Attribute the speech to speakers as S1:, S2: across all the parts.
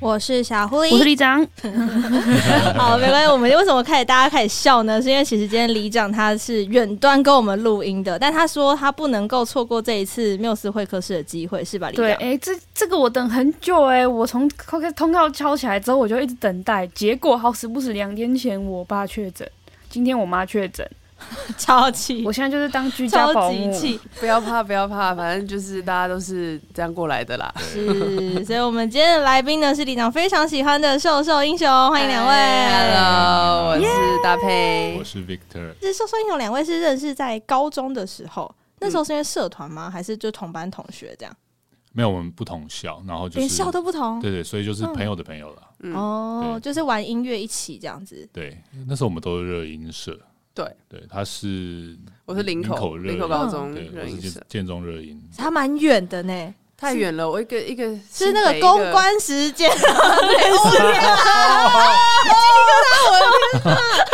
S1: 我是小狐
S2: 我是
S1: 狸。
S2: 李长，
S1: 好，没关系。我们为什么开始大家开始笑呢？是因为其实今天里长他是远端跟我们录音的，但他说他不能够错过这一次缪斯会客室的机会，是吧？里
S2: 对，
S1: 长，
S2: 哎、这这个我等很久哎、我从通通告敲起来之后，我就一直等待，结果好死不死，两天前我爸确诊，今天我妈确诊，
S1: 超气
S2: 我，现在就是当居家
S1: 超
S2: 保
S1: 级
S2: 姆，
S1: 气。
S3: 不要怕，不要怕，反正就是大家都是这样过来的啦。
S1: 是，所以我们今天的来宾呢是里长非常喜欢的瘦瘦英雄， 欢迎两位。
S3: Hello，我是大佩
S4: 我。是 Victor，
S1: 其实瘦瘦英雄两位是认识在高中的时候，那时候是因为社团吗？还是就同班同学这样？
S4: 没有我们不同校，然后就是
S1: 连校都不同
S4: 对对，所以就是朋友的朋友了。
S3: 嗯
S1: 哦，就
S4: 对
S1: 是玩音乐一起这样子。
S4: 对，那时候我们都是热音社，
S3: 对，
S4: 对，他是
S3: 我是林口，
S4: 林
S3: 林口
S4: 口热音，
S3: 高中
S4: 对，
S3: 热
S4: 我是
S3: 音社
S4: 建，建中热音，
S1: 他蛮远的呢，
S3: 太远了。我一个一个
S1: 是
S3: 新
S1: 那
S3: 北
S1: 个
S3: 一
S1: 公，关时间。我天啊！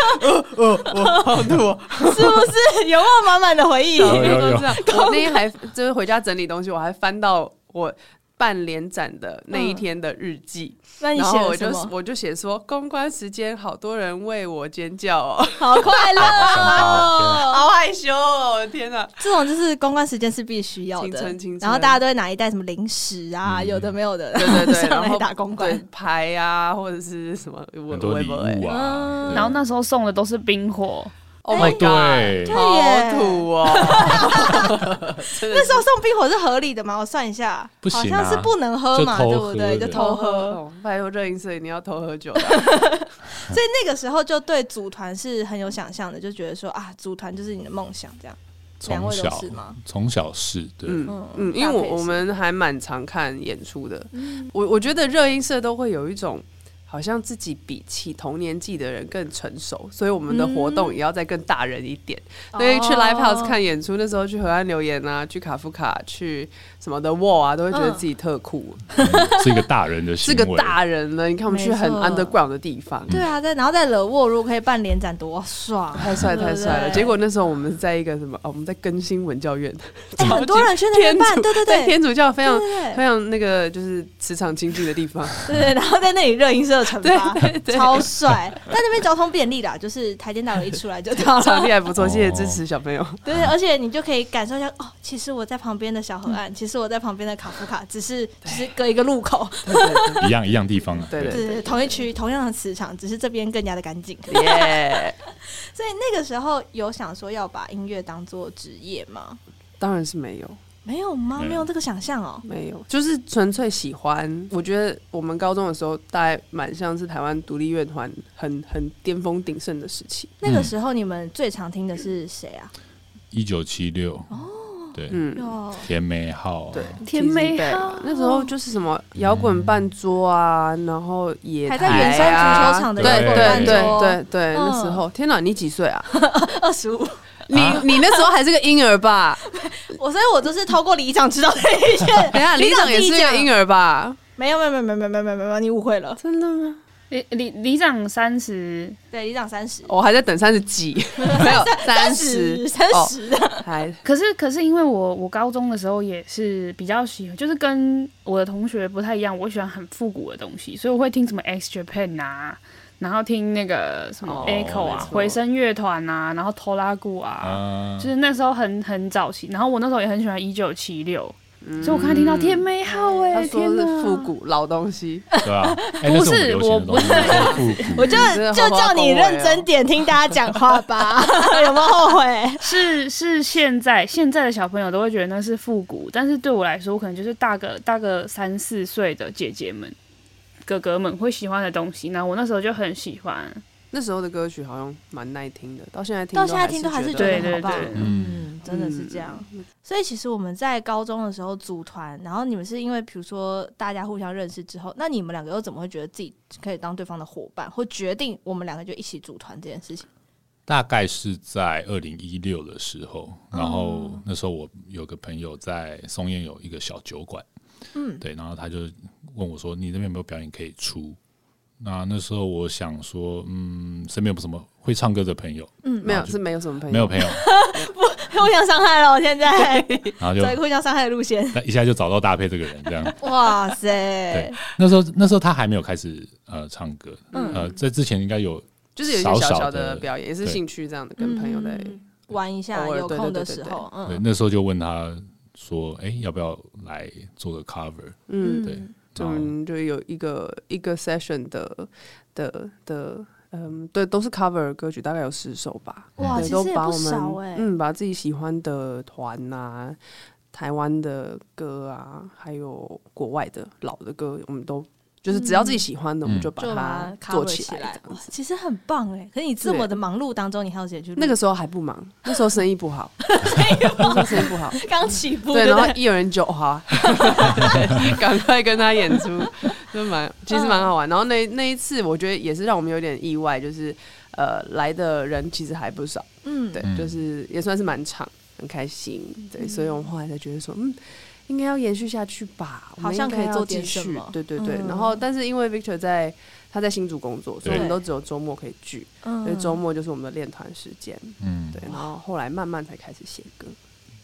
S3: 好土哦，
S1: 是不是有没有满满的回忆？
S4: 有有有
S3: 都这样。 我那天还就是回家整理东西，我还翻到我办联展的那一天的日记，
S1: 嗯那你
S3: 然
S1: 写
S3: 后
S1: 了
S3: 我
S1: 什
S3: 就
S1: 么？
S3: 我就写说公关时间，好多人为我尖 叫哦，
S1: 好快乐哦！
S3: 好害羞哦，天哪！
S1: 这种就是公关时间是必须要
S3: 青
S1: 的
S3: 春青，春
S1: 然后大家都会拿一袋什么零食啊，
S4: 嗯
S1: 有的没有的，
S3: 对对对，
S1: 上
S3: 然
S1: 来
S3: 后
S1: 打公关
S3: 对。牌啊，或者是什么
S4: 很多礼物
S1: 嗯
S4: 啊，
S2: 然后那时候送的都是冰火，
S3: ，Oh
S4: 哦
S3: my god，
S4: 对，
S3: 好土 哦，真的
S1: 那
S3: 是
S1: 时候送冰火是合理的吗？我算一下，
S4: 不行啊
S1: 好像是不能喝嘛，
S4: 就偷
S1: 对
S4: 喝
S1: 不对？
S4: 的
S1: 就偷喝。
S3: 哦，拜托热音社一定要偷喝酒的，
S1: 所以那个时候就对组团是很有想象的，就觉得说啊，组团就是你的梦想，这样。两
S4: 从
S1: 位都
S4: 小
S1: 是吗？
S4: 从小是对，
S3: 嗯
S1: 嗯
S3: 嗯，因
S1: 搭配
S3: 为
S1: 嗯
S3: 我
S1: 是
S3: 我们还蛮常看演出的，我我觉得热音社都会有一种。好像自己比起同年纪的人更成熟，所以我们的活
S1: 嗯
S3: 动也要再更大人一点。所
S1: 哦
S3: 以去 live house 看演出，那时候去河岸留言啊，去卡夫卡，去什么的 wall 啊，都会觉得
S1: 嗯
S3: 自己特酷。
S4: 嗯是一个大人的
S3: 是
S4: 行
S3: 个
S4: 为，
S3: 大人了，你看我们去很
S1: 没错
S3: underground 的地方，
S1: 对啊，在然后在惹沃如果可以办联展，多爽 啊！
S3: 太帅
S1: 对
S3: 太
S1: 对
S3: 帅了。
S1: 对
S3: 结果那时候我们是在一个什么？哦，我们在更新文教院，
S1: 哎，很多人去那边
S3: 天
S1: 办，
S3: 主
S1: 对对
S3: 在
S1: 对，
S3: 天主教非常
S1: 对对对
S3: 非常那个就是磁场清净的地 方，
S1: 对对，然后在那里热音社惩罚，超帅。但那边交通便利啦，就是台电大楼一出来就到了。
S3: 场地还不错。
S4: 哦
S3: 谢谢支持小朋友，
S1: 对，而且你就可以感受一下哦，其实我在旁边的小河岸，其实我在旁边的卡夫卡，只是就是隔一个路口，
S4: 一样一样地方啊，
S3: 对
S1: 对对对，同一区同样的磁场，只是这边更加的干净。
S3: 耶！
S1: 所以那个时候有想说要把音乐当做职业吗？
S3: 当然是没有
S1: 没有吗？
S4: 没有
S1: 没有这个想象哦。
S3: 没有，就是纯粹喜欢。我觉得我们高中的时候，大概蛮像是台湾独立乐团很很巅峰鼎盛的时期。
S1: 那个时候你们最常听的是谁啊？
S4: 一九七六，对，
S3: 嗯，
S1: 有
S4: 甜美好，
S3: 对，
S2: 甜美
S3: Tizzy
S1: 啊
S3: Bear
S2: 好
S3: 嘛那时候就是什么摇滚半桌啊，然后野
S1: 还
S3: 台、啊、
S1: 在圆山足球场的
S4: 摇
S3: 对
S4: 滚
S3: 对
S4: 半
S3: 对
S1: 桌
S3: 对对，
S1: 嗯
S3: 那时候天哪，你几岁啊？
S1: 二十五，
S3: 你你那时候还是个婴儿吧？
S1: 我所以我就是透过里长知道这一切。
S3: 等一下，李长也是个婴
S1: 儿，
S3: 儿吧？
S1: 没有没有没有没有没有没有没有没有，你误会了。
S3: 真的吗？
S2: 里里里长三十，
S1: 对，里长三十，
S3: 我还在等三十几，没有三
S1: 十
S3: 十
S1: 三
S3: 哦
S1: 十，
S3: 还
S2: 可是可是因为我我高中的时候也是比较喜欢，就是跟我的同学不太一样，我喜欢很复古的东西，所以我会听什么 X Japan 啊，然后听那个什么
S3: 哦
S2: Echo 啊、
S3: 没错
S2: 回声乐团啊，然后拖拉鼓啊，
S4: 啊
S2: 就，是那时候很很早期。然后我那时候也很喜欢一九七六，所以我刚才听到天美好哎、
S3: 嗯他说
S2: 天
S3: 是
S2: 哪
S3: 复，古老东西，
S4: 对吧？哎
S2: 不
S4: 那是
S2: 是
S4: 我们流行的东西
S2: 我不是
S4: 复古
S1: 我就
S3: 真的
S1: 就
S3: 好好
S1: 叫你
S3: 恭维哦
S1: 认真点听大家讲话吧，有没有后悔？
S2: 是是现在现在的小朋友都会觉得那是复古，但是对我来说，我可能就是大个大个三四岁的姐姐们、哥哥们会喜欢的东西。那我那时候就很喜欢，
S3: 那时候的歌曲好像蛮耐听的，到现在听
S1: 到现在听都还是觉
S2: 对
S1: 得
S2: 对
S1: 很棒。
S2: 对
S1: 嗯，真的是这样。所以其实我们在高中的时候组团，然后你们是因为比如说大家互相认识之后，那你们两个又怎么会觉得自己可以当对方的伙伴，或决定我们两个就一起组团这件事情？
S4: 大概是在二零一六的时候，
S1: 哦
S4: 然后那时候我有个朋友在松烟有一个小酒馆，
S1: 嗯，
S4: 对，然后他就问我说：“你那边有没有表演可以出？”那那时候我想说，嗯，身边有什么会唱歌的朋友？
S3: 没有是没有什么朋友，
S4: 没有朋友，
S1: 互相伤害了，我现在
S4: 然后 就
S1: 走一个互相伤害的路线。
S4: 但一下就找到搭配这个人这样。
S1: 哇塞
S4: 对！那时候那时候他还没有开始呃唱歌，
S1: 嗯
S4: 呃，在之前应该有
S3: 就是有一些
S4: 少
S3: 小
S4: 少
S3: 小
S4: 的
S3: 的表演，也是
S4: 对
S3: 兴趣这样的，跟朋友在
S1: 嗯玩一下，
S3: 偶尔
S1: 有
S3: 对
S1: 空
S3: 对
S1: 的
S3: 对
S1: 时
S3: 对
S1: 候，
S4: 对
S1: 嗯，
S4: 那时候就问他说，哎、要不要来做个 cover？
S3: 嗯，
S4: 对然
S1: 哦
S4: 后
S3: 嗯，就有一个一个 session 的的的，嗯，对，都是 cover 歌曲，大概有十首吧。
S1: 哇，哦
S3: 对
S1: 其
S3: 都
S1: 实也
S3: 把
S1: 不
S3: 我
S1: 少
S3: 们
S1: 哎、
S3: 嗯，把自己喜欢的团呐、台湾的歌啊，还有国外的老的歌，我们都就是只要自己喜欢的，我们
S4: 嗯
S3: 就把
S1: 就把
S3: 它
S1: 它
S3: 做
S1: cover 起
S3: 来
S1: 来
S3: 这，样
S1: 哇
S3: 子，。
S1: 其实很棒哎、可是你这么的忙碌当中，你还有时间去录
S3: 那个时候还不忙，那时候生意不好，那时候生意不好。
S1: 刚起步，
S3: 对，
S1: 不
S3: 然后一有人就哈， 赶快跟他演出，就蛮其实蛮好玩。然后那那一次，我觉得也是让我们有点意外，就是呃来的人其实还不少，
S1: 嗯，
S3: 对，
S4: 嗯
S3: 就是也算是蛮长，很开心，对，所以我们后来才觉得说，嗯。应该要延续下去吧，我们
S1: 好像
S3: 应该
S1: 可以
S3: 要
S1: 做
S3: 继
S1: 点什
S3: 续
S1: 么，
S3: 对对对。
S1: 嗯
S3: 然后，但是因为 Victor 在他在新竹工作，所以我们
S1: 对
S3: 都只有周末可以聚，所以
S1: 嗯，
S3: 周末就是我们的练团时间。
S4: 嗯，
S3: 对，然后后来慢慢才开始写歌。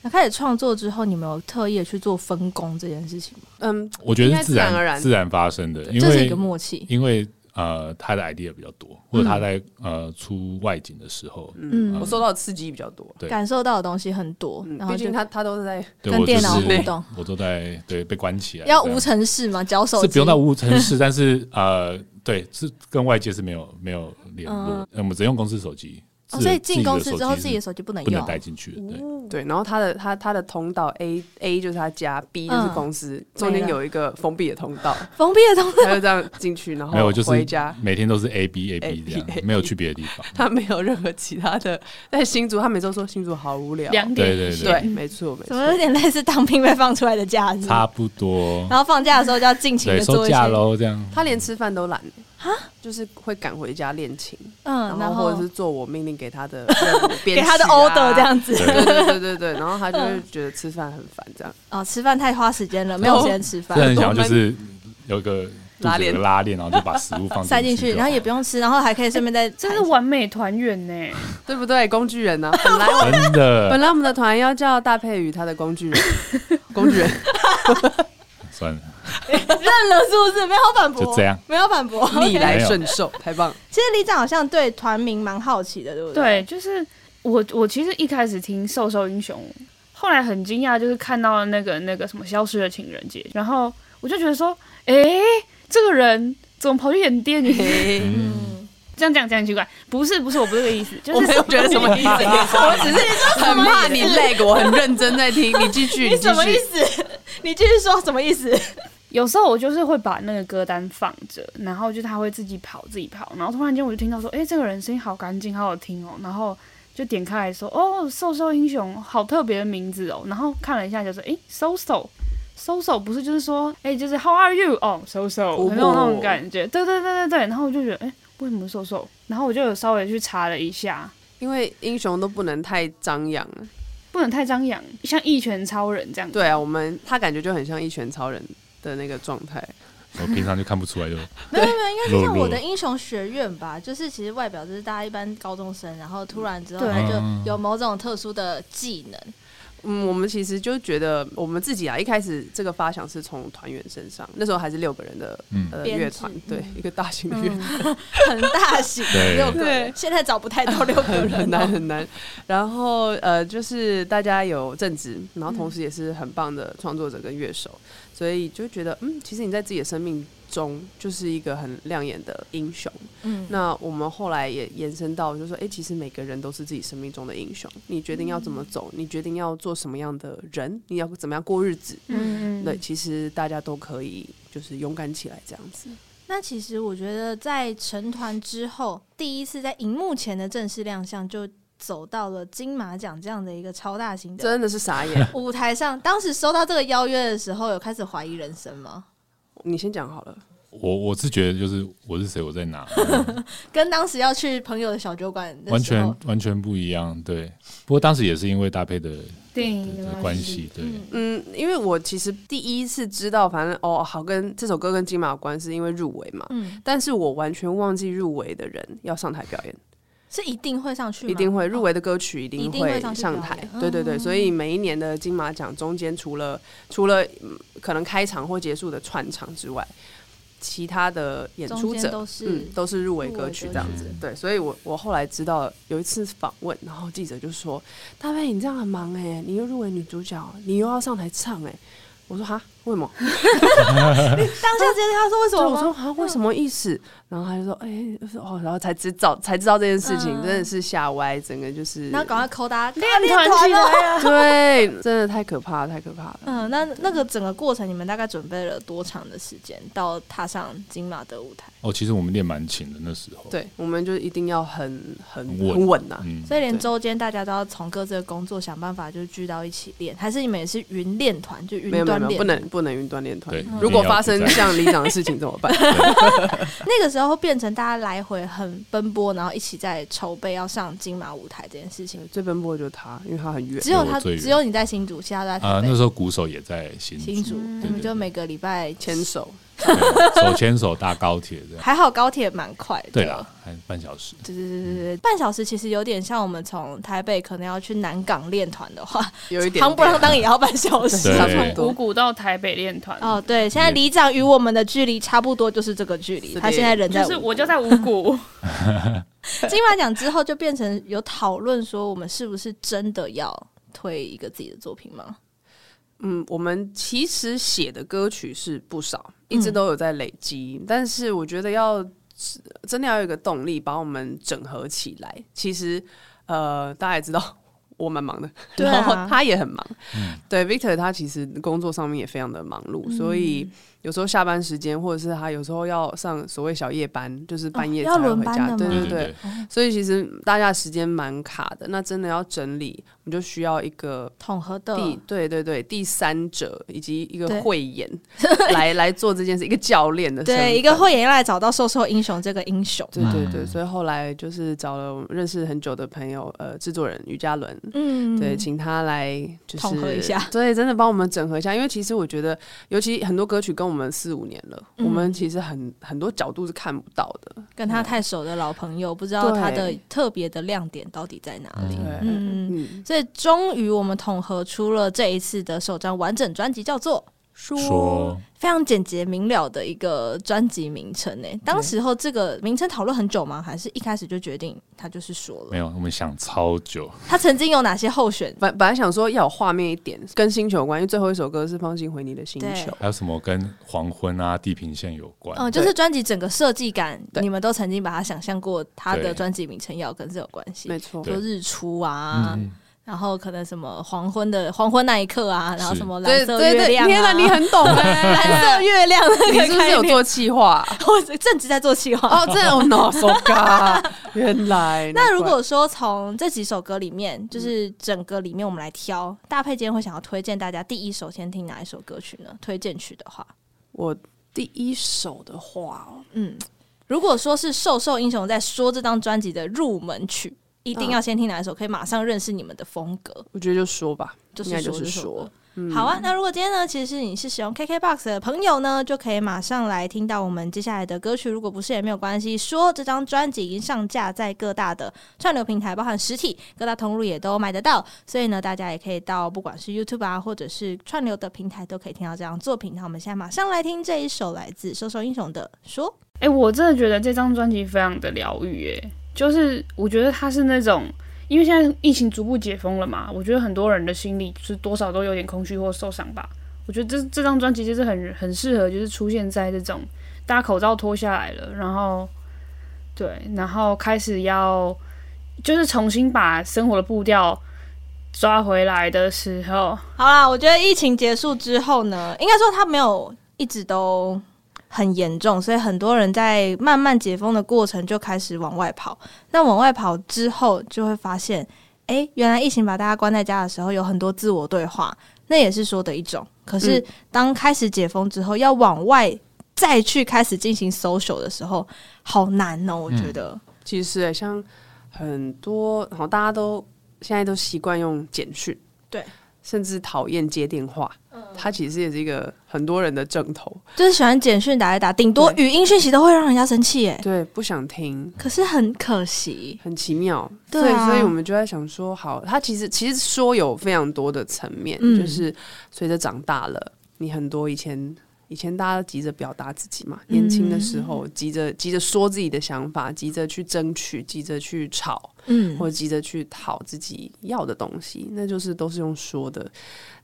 S1: 那开始创作之后，你们有特意的去做分工这件事情吗？
S3: 嗯，
S4: 我觉
S3: 应
S4: 得
S3: 该
S4: 是自
S3: 自然
S4: 然
S3: 而然
S4: 自然发生的，因
S1: 这是一
S4: 为
S1: 个默契，
S4: 因为呃他的 idea 比较多，或者他在、呃出外景的时候，
S1: 嗯
S3: 我受到的刺激比较多。
S4: 对
S1: 感受到的东西很多，
S3: 嗯
S1: 然，后
S3: 毕
S1: 就
S3: 竟他他都是在
S4: 对
S1: 跟
S4: 我就
S1: 电脑
S4: 是
S1: 互动
S4: 我都在对被关起来，
S1: 要
S4: 这样
S1: 无尘室嘛，脚手
S4: 是不用到
S1: 无
S4: 无 尘室，但是呃，对，是跟外界是没有没有联络，
S1: 嗯
S4: 呃我们只用公司手机，
S1: 哦，
S4: 自
S1: 所以
S4: 自己
S1: 进
S4: 的
S1: 公司之后，
S4: 手机
S1: 自己的
S4: 是
S1: 手机不能
S4: 不能
S1: 用，啊
S4: 带进去的，对，
S1: 哦
S3: 对，然后他的他他的通道 A A 就是他家，B 就是
S1: 嗯
S3: 公司，中间
S1: 没了
S3: 有一个封闭的通道，
S1: 封闭的东西。
S3: 他就这样进去，然
S4: 没有
S3: 后
S4: 就是
S3: 回家。
S4: 每天都是 A B A
S3: A,
S4: B
S3: B,
S4: 这样
S3: A,，B
S4: 没有去别的地方，
S3: 他没有任何其他的，在新竹，他每周说新竹好无聊。
S2: 两点
S4: 对对
S2: 一线
S3: 对，没错没
S1: 怎
S3: 错
S1: 么。有点类似当兵被放出来的假日？
S4: 差不多，
S1: 然后放假的时候就要尽情
S4: 对，
S1: 的
S4: 收
S1: 做一些，
S4: 假喽这样，
S3: 他连吃饭都懒啊，就是会赶回家练琴，
S1: 嗯，
S3: 然
S1: 然
S3: 后或
S1: 后
S3: 者是做我命令给他的任务编
S1: 给他的
S3: 曲啊
S1: order 这。样子。
S4: 对
S3: 对对对对对，然后他就会觉得吃饭很烦，这样
S1: 哦，吃饭太花时间了，没有时间吃
S4: 真的
S1: 饭
S4: 很，想要就是有一个肚
S3: 拉
S4: 子
S3: 链
S4: 有个拉链，然后就把食物放
S1: 塞进
S3: 哦
S1: 去，
S4: 就
S1: 然
S4: 好
S1: 后也不用吃，然后还可以顺 便再
S2: 这是完美团圆呢。
S3: 对不对？工具人呢、啊？本来我
S4: 真
S3: 本
S4: 的
S3: 来我们的团要叫大佩与他的工具人，工具人
S4: 算了，
S1: 认了，是不是？没有反驳，
S4: 就这样，
S1: 没有反驳。
S3: 逆
S1: OK
S3: 来顺受，太棒！
S1: 其实李长好像对团名蛮好奇的，对不
S2: 对，就是我我其实一开始听《瘦瘦英雄》，后来很惊讶，就是看到那个那个什么《消失的情人节》，然后我就觉得说，诶，这个人怎么跑去演电影？
S3: 嘿
S1: 嗯，
S2: 这样讲讲很奇怪，不是不是，我不是这个意思，就
S3: 我
S2: 是
S3: 没有觉得什么意思，我只是很怕你累，我很认真在听。你继续，
S1: 嗯你
S3: 继
S1: 什么意
S3: 续。
S1: 思？你继续说什么意思？
S2: 有时候我就是会把那个歌单放着，然后就他会自己跑自己跑，然后突然间我就听到说，诶，这个人声音好干净，好好听哦，然后就点开来说，哦，瘦瘦英雄，好特别的名字哦，然后看了一下就是，诶，瘦瘦。瘦瘦不是就是说，诶，就是 How are you？哦，瘦瘦，
S3: 哦
S2: 有没有那种感觉？对对对对对。然后我就觉得，诶，为什么瘦瘦？然后我就有稍微去查了一下，
S3: 因为英雄都不能太张扬了。
S2: 不能太张扬，像一拳超人这样子。
S3: 对啊，我们他感觉就很像一拳超人的那个状态。
S4: 我平常就看不出来就
S1: 没有没有，应该是
S4: 弱
S1: 像
S4: 弱
S1: 我的英雄学院吧，就是其实外表就是大家一般高中生，然后突然之后
S2: 对
S1: 他就有某种特殊的技能，
S3: 嗯，我们其实就觉得我们自己啊，一开始这个发想是从团员身上，那时候还是六个人的
S4: 嗯
S3: 呃
S1: 编制
S3: 乐团，对
S1: 嗯
S3: 一个大型的乐团。
S1: 很大型，
S4: 对
S1: 六个
S3: 对
S1: 人，现在找不太到六 个人
S3: 很
S1: 了，
S3: 很难很 难。然后呃，就是大家有正职，然后同时也是很棒的创作者跟乐手，所以就觉得嗯，其实你在自己的生命中就是一个很亮眼的英雄。
S1: 嗯，
S3: 那我们后来也延伸到，就是说，哎、其实每个人都是自己生命中的英雄。你决定要怎么走，你决定要做什么样的人，你要怎么样过日子，
S2: 嗯，嗯
S3: 对，其实大家都可以就是勇敢起来这样子。
S1: 那其实我觉得，在成团之后，第一次在荧幕前的正式亮相，就走到了金马奖这样的一个超大型的
S3: 真的是傻眼。
S1: 舞台上。当时收到这个邀约的时候，有开始怀疑人生吗？
S3: 你先讲好了。
S4: 我我是觉得就是我是谁我 在哪，
S1: 跟当时要去朋友的小酒馆的
S4: 完
S1: 时候
S4: 全完全不一样。对，不过当时也是因为搭配的
S2: 电影
S4: 的
S2: 的
S4: 的关系，对，
S3: 嗯，因为我其实第一次知道，反正哦，好跟这首歌跟金马有关，是因为入围嘛。
S1: 嗯，
S3: 但是我完全忘记入围的人要上台表演，
S1: 是一定会上去吗？哦
S3: 一定会入围的歌曲一
S1: 一
S3: 定
S1: 定会
S3: 会
S1: 上去
S3: 上
S1: 表
S3: 台
S1: 演，嗯
S3: 对对对，所以每一年的金马奖中间除了除了嗯可能开场或结束的串场之外，其他的演出
S1: 中间
S3: 者
S1: 都是
S3: 嗯都是入围
S1: 入
S3: 歌
S1: 围
S3: 曲
S1: 歌
S3: 这样
S1: 曲
S4: 嗯
S3: 子，对，所以我我后来知道有一次访问，然后记者就说：“大卫，你这样很忙哎、你又入围女主角，你又要上台唱哎、我说：“哈，为什么？”
S1: 当下直接他说为什
S3: 就
S1: 么嗯
S3: 我
S1: 吗？
S3: 说啊，为什么意思？然后他就说，哎、说哦，然后才知道才知道这件事情，
S1: 嗯
S3: 真的是吓歪，整个就是
S1: 然后赶快扣大家
S2: 练团起来啊！
S3: 对，真的太可怕了，太可怕了。
S1: 嗯，那那个整个过程，你们大概准备了多长的时间到踏上金马的舞台？
S4: 哦，其实我们练蛮勤的那时候，，
S3: 对，我们就一定要很很
S4: 很稳
S3: 很稳啊呐、
S4: 嗯，
S1: 所以连
S3: 对
S1: 周间大家都要从各自的工作想办法，就聚到一起练，还是你们也是云练团，就云
S3: 没有没有
S1: 端
S3: 没有，
S1: 练？
S3: 不能不能云端练团
S4: 对嗯。
S3: 如果
S4: 一定要
S3: 发生
S4: 不在
S3: 像里长的事情怎么办？
S1: 那个时候变成大家来回很奔波，然后一起在筹备要上金马舞台这件事情。
S3: 最奔波的就是他，因为他很远。
S1: 只有他，
S4: 我最远
S1: 只有你在新竹，其他都在
S4: 啊、
S1: 台北。
S4: 那时候鼓手也在新
S1: 新竹，
S4: 对
S2: 嗯
S1: 你们就每个礼拜
S3: 牵手，
S4: 对手牵手搭高铁这样，
S1: 还好高铁蛮快的。
S4: 对啦，还半小时，
S1: 对对对对对，半小时其实有点像我们从台北可能要去南港练团的话，
S3: 有一点啊
S1: 夯不啷当也要半小时
S4: 对。
S3: 差不
S2: 五
S3: 多。
S2: 谷到台北练团，
S1: 哦，对，现在里长与我们的距离差不多，就是这个距离。
S3: 是的
S1: 他现在人在
S2: 就
S1: 五
S2: 是
S1: 股
S2: 我就在五谷，
S1: 金马奖之后，就变成有讨论说，我们是不是真的要推一个自己的作品吗？
S3: 嗯，我们其实写的歌曲是不少，一
S1: 嗯
S3: 直都有在累积，但是我觉得要真的要有一个动力把我们整合起来。其实，呃，大家也知道我蛮忙的，
S1: 对啊
S3: 然后他也很忙。对，Victor 他其实工作上面也非常的忙碌，所以
S1: 嗯
S3: 有时候下班时间，或者是他有时候要上所谓小夜班，就是半夜
S1: 哦要
S3: 才会
S1: 轮
S3: 回
S1: 班
S3: 家。
S1: 的
S3: 对
S1: 吗
S4: 对
S3: 对对，
S4: 对，
S3: 所以其实大家时间蛮卡的。那真的要整理，我们就需要一个
S1: 统合的
S3: 第对对对，第三者以及一
S1: 啊对
S3: 个慧眼 来来做这件事，一个教练的身份
S1: 对一个慧眼要来找到瘦瘦英雄这个英雄，
S3: 对对对，所以后来就是找了我们认识很久的朋友，呃，制作人于嘉伦，
S1: 嗯，
S3: 对，请他来就是
S1: 统合一下
S3: 对，真的帮我们整合一下，因为其实我觉得，尤其很多歌曲跟我们四五年了，
S1: 嗯
S3: 我们其实很很多角度是看不到的，
S1: 跟他太熟的老朋友，不知道
S3: 对
S1: 他的特别的亮点到底在哪里
S3: 对。，
S1: 嗯，
S3: 嗯，
S1: 所以终于我们统合出了这一次的首张完整专辑，叫做《说
S4: 说
S1: 非常简洁明了的一个专辑名称诶、当时候这个名称讨论很久吗？还是一开始就决定他就是说
S4: 没
S1: 了？
S4: 有，我们想超久，
S1: 他曾经有哪些候选？
S3: 本本来想说要有画面一点，跟星球有关，因为最后一首歌是方心回你的星
S1: 对
S3: 球，
S4: 还有什么跟黄昏啊、地平线有关，
S1: 嗯，就是专辑整个设计感，
S3: 对
S1: 你们都曾经把它想象过，他的
S4: 对
S1: 专辑名称要跟这有关系，
S3: 没错
S1: 比，如说日出啊，
S4: 嗯，
S1: 然后可能什么黄昏的黄昏那一刻啊，然后
S4: 是
S1: 什么蓝
S3: 对
S1: 色
S3: 对
S1: 月
S3: 对，
S1: 亮、啊，
S3: 天哪，你很懂哎、
S1: 蓝色月亮那
S3: 你
S1: 个
S3: 是不是
S1: 概
S3: 有
S1: 念，
S3: 做企划、啊
S1: 我正直在做企划。
S3: 哦，这哦 no so ga，原来。
S1: 那
S3: 难
S1: 如
S3: 怪
S1: 果说从这几首歌里面，
S4: 嗯
S1: 就是整个里面我们来挑，大配今天会想要推荐大家第一首先听哪一首歌曲呢？推荐曲的话，
S3: 我第一首的话哦，
S1: 嗯，如果说是瘦瘦英雄在说这张专辑的入门曲，一
S3: 嗯
S1: 定要先听哪一首，可以马上认识你们的风格，
S3: 我觉得就说吧，
S1: 就
S3: 应
S1: 是
S3: 该就
S1: 说
S3: 是
S1: 这首
S3: 说嗯
S1: 歌。，好啊，那如果今天呢，其实你是使用 KKBOX 的朋友呢，就可以马上来听到我们接下来的歌曲。如果不是也没有关系，说这张专辑已经上架在各大的串流平台，包含实体各大通路也都买得到，所以呢，大家也可以到不管是 YouTube 啊，或者是串流的平台，都可以听到这张作品。那我们现在马上来听这一首来自《瘦瘦英雄》的《说》。
S2: 哎、我真的觉得这张专辑非常的疗愈，哎，就是我觉得它是那种，因为现在疫情逐步解封了嘛，我觉得很多人的心里就是多少都有点空虚或受伤吧。我觉得这这张专辑就是很很适合，就是出现在这种大家口罩脱下来了，然后对，然后开始要就是重新把生活的步调抓回来的时候，
S1: 好啦，我觉得疫情结束之后呢，应该说它没有一直都很严重，所以很多人在慢慢解封的过程就开始往外跑。那往外跑之后，就会发现，哎、原来疫情把大家关在家的时候，有很多自我对话，那也是说的一种。可是当开始解封之后，要往外再去开始进行 social 的时候，好难哦、我觉得。
S3: 其实、欸、像很多，好，大家都现在都习惯用简讯，
S1: 对。嗯
S3: 甚至讨厌接电话，它其实也是一个很多人的正头，
S1: 就是喜欢简讯打一打，顶多语音讯息都会让人家生气哎。
S3: 对，不想听。
S1: 可是很可惜，
S3: 很奇妙，
S1: 对
S3: 所以
S1: 啊
S3: 所以我们就在想说，好，它其实其实说有非常多的层面，
S1: 嗯
S3: 就是随着长大了，你很多以前以前大家急着表达自己嘛，
S1: 嗯
S3: 年轻的时候急着急着说自己的想法，急着去争取，急着去吵，
S1: 嗯，
S3: 或者急着去讨自己要的东西，那就是都是用说的。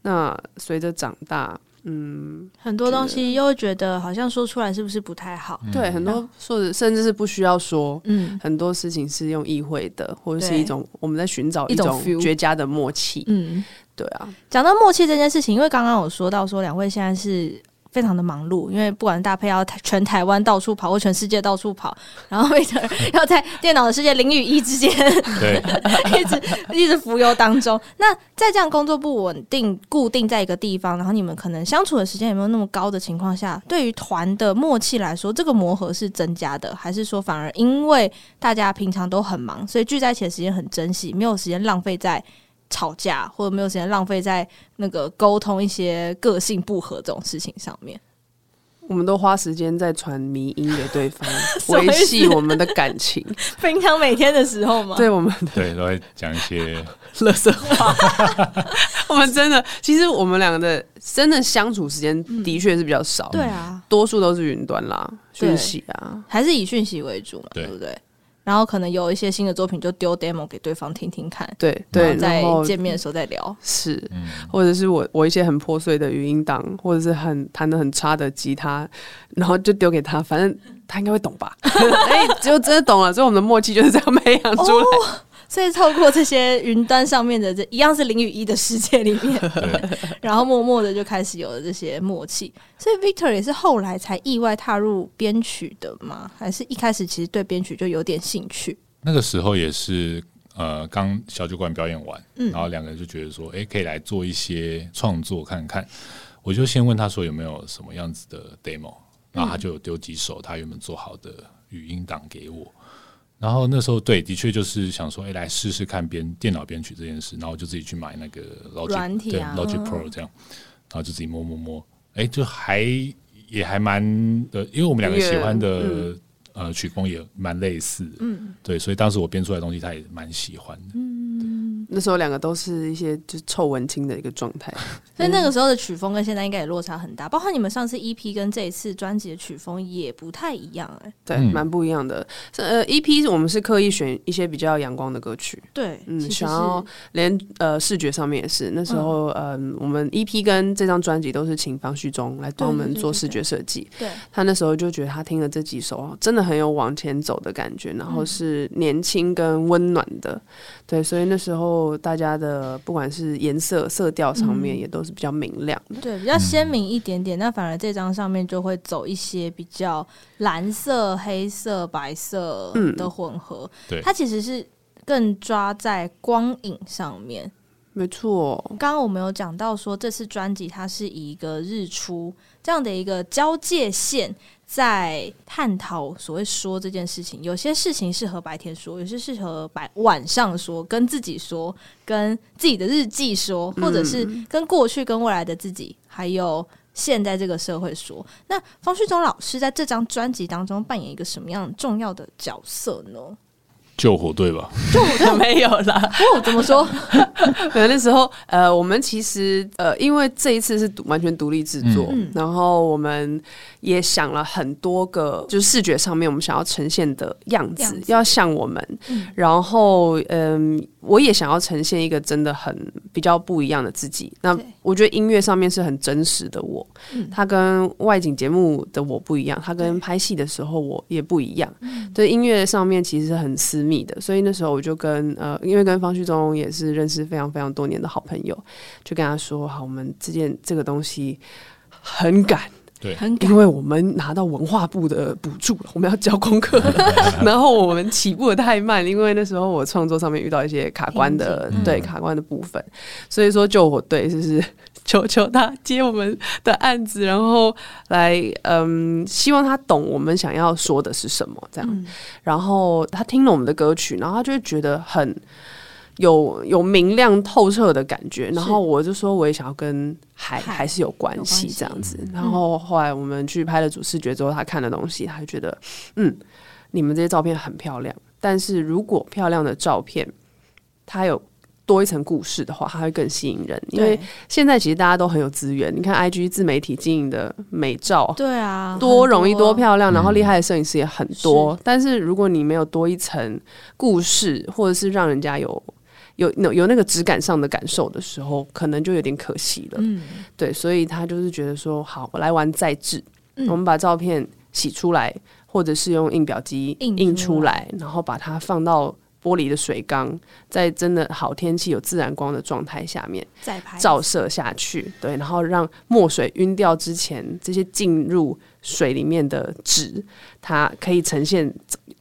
S3: 那随着长大，嗯，
S1: 很多东西又会觉得好像说出来是不是不太好？
S3: 对，很多说的甚至是不需要说，
S1: 嗯
S3: 很多事情是用意会的，或者是
S1: 对
S3: 一种我们在寻找
S1: 一种
S3: 种
S1: feel
S3: 绝佳的默契。
S1: 嗯。
S3: 对啊，
S1: 讲到默契这件事情，因为刚刚有说到说两位现在是非常的忙碌，因为不管大配要全台湾到处跑，或全世界到处跑，然后 Peter 要在电脑的世界零与一之间
S4: 对，
S1: 一直 一直浮游当中。那在这样工作不稳定、固定在一个地方，然后你们可能相处的时间也没有那么高的情况下，对于团的默契来说，这个磨合是增加的，还是说反而因为大家平常都很忙，所以聚在一起的时间很珍惜，没有时间浪费在吵架，或者没有时间浪费在那个沟通一些个性不合这种事情上面？，
S3: 我们都花时间在传迷音给对方
S1: 什么意
S3: 维
S1: 思
S3: 系我们的 感情，
S1: 平常每天的时候吗？
S3: 对我们的
S4: 对，都会讲一些
S3: 乐色话。 我们真的，其实我们两个的真的相处时间的确是比较少，
S1: 嗯对啊，
S3: 多数都是云端啦，
S1: 对
S3: 讯息啊，
S1: 还是以讯息为主嘛，
S4: 对
S1: 对不对？然后可能有一些新的作品就丢 demo 给对方听听看，
S3: 对
S1: 然
S3: 对，然
S1: 后
S3: 后
S1: 在见面的时候再聊。
S3: 是，
S4: 嗯，
S3: 或者是我我一些很破碎的语音档，或者是很弹的很差的吉他，然后就丢给他，反正他应该会懂吧？ 哎、只有真的懂了，所以我们的默契就是这样培养出来。
S1: 哦所以透过这些云端上面的这一样是零与一的世界里面，
S4: 对，
S1: 然后默默的就开始有了这些默契。所以 Victor 也是后来才意外踏入编曲的吗？还是一开始其实对编曲就有点兴趣？
S4: 那个时候也是呃，刚小酒馆表演完，
S1: 嗯
S4: 然后两个人就觉得说，哎、可以来做一些创作看看。我就先问他说有没有什么样子的 demo，然
S1: 嗯
S4: 后他就有丢几首他原本做好的语音档给我。然后那时候对，的确就是想说，哎、来试试看编电脑编曲这件事。然后我就自己去买那个 Logic
S1: 软体啊
S4: 对 Logic
S1: 嗯
S4: Pro 这样，然后就自己摸摸摸，哎、就还也还蛮的，因为我们两个
S3: 音乐
S4: 喜欢的、
S3: 嗯
S4: 呃曲风也蛮类似的，
S1: 嗯
S4: 对，所以当时我编出来的东西他也蛮喜欢的。
S1: 嗯，
S3: 那时候两个都是一些就是臭文青的一个状态，
S1: 所以那个时候的曲风跟现在应该也落差很大，包括你们上次 EP 跟这一次专辑的曲风也不太一样哎、
S3: 对，
S4: 嗯
S3: 蛮、不一样的。是呃，EP 我们是刻意选一些比较阳光的歌曲，
S1: 对，
S3: 嗯
S1: 其实是
S3: 想要连呃视觉上面也是。那时候，嗯、我们 EP 跟这张专辑都是请方旭中来帮我
S1: 对
S3: 们
S1: 对对
S3: 做
S1: 对
S3: 视
S1: 对
S3: 觉设计。
S1: 对，
S3: 他那时候就觉得他听了这几首，真的很有往前走的感觉，然后是年轻跟温暖的，对，所以那时候大家的不管是颜色、色调上面
S1: 嗯
S3: 也都是比较明亮的，
S1: 对，比较鲜明一点点。那反而这张上面就会走一些比较蓝色、黑色、白色
S3: 嗯
S1: 的混合。
S4: 对
S1: 它其实是更抓在光影上面。
S3: 没错，
S1: 刚刚我们有讲到说，这次专辑它是以一个日出这样的一个交界线，在探讨所谓说这件事情。有些事情适合白天说，有些适合白晚上说，跟自己说，跟自己的日记说，或者是跟过去、跟未来的自己，还有。现在这个社会说，那方旭中老师在这张专辑当中扮演一个什么样重要的角色呢？
S4: 救火队吧，
S3: 没有啦。
S1: 哦，怎么 说？
S3: 可能那时候，呃，我们其实呃，因为这一次是独完全独立制作，
S1: 嗯
S3: 然后我们也想了很多个，就是视觉上面我们想要呈现的样子，
S1: 样子
S3: 要像我们。
S1: 嗯
S3: 然后，嗯，我也想要呈现一个真的很比较不一样的自己。那
S1: 对
S3: 我觉得音乐上面是很真实的我，
S1: 嗯
S3: 它跟外景节目的我不一样，它跟拍戏的时候我也不一样。
S1: 嗯
S3: 对音乐上面其实是很私密的，所以那时候我就跟呃，因为跟方旭中也是认识非常非常多年的好朋友，就跟他说：“好，我们这件这个东西很赶。”
S1: 很感
S3: 因为我们拿到文化部的补助了，我们要交功课了，然后我们起步的太慢，因为那时候我创作上面遇到一些卡关的
S4: 瓶，颈
S3: 对
S4: 嗯
S3: 卡关的部分，所以说救火队就是 求求他接我们的案子，然后来嗯，希望他懂我们想要说
S1: 嗯
S3: 的是什么，这样，然后他听了我们的歌曲，然后他就会觉得很。有有明亮透彻的感觉，然
S1: 是
S3: 后我就说我也想要跟海
S1: 海
S3: 还是有关
S1: 有关
S3: 系
S1: 系嗯
S3: 这样子。然后后来我们去拍了主视觉之后，他看的东西，他就觉得嗯，你们这些照片很漂亮，但是如果漂亮的照片它有多一层故事的话，它会更吸引人。因为
S1: 对
S3: 现在其实大家都很有资源，你看 IG 自媒体经营的美照。
S1: 对啊，
S3: 多
S1: 很
S3: 容易多漂亮，然后
S4: 嗯
S3: 厉害的摄影师也很多。但是如果你没有多一层故事，或者是让人家有有有有那个质感上的感受的时候，可能就有点可惜了。
S1: 嗯，
S3: 对，所以他就是觉得说，好，我来玩再制，
S1: 嗯
S3: 我们把照片洗出来，或者是用印表机
S1: 印
S3: 印
S1: 出
S3: 出来，然后把它放到玻璃的水缸，在真的好天气有自然光的状态下面
S1: 再拍一次
S3: 照射下去，对，然后让墨水晕掉之前，这些进入水里面的纸，它可以呈现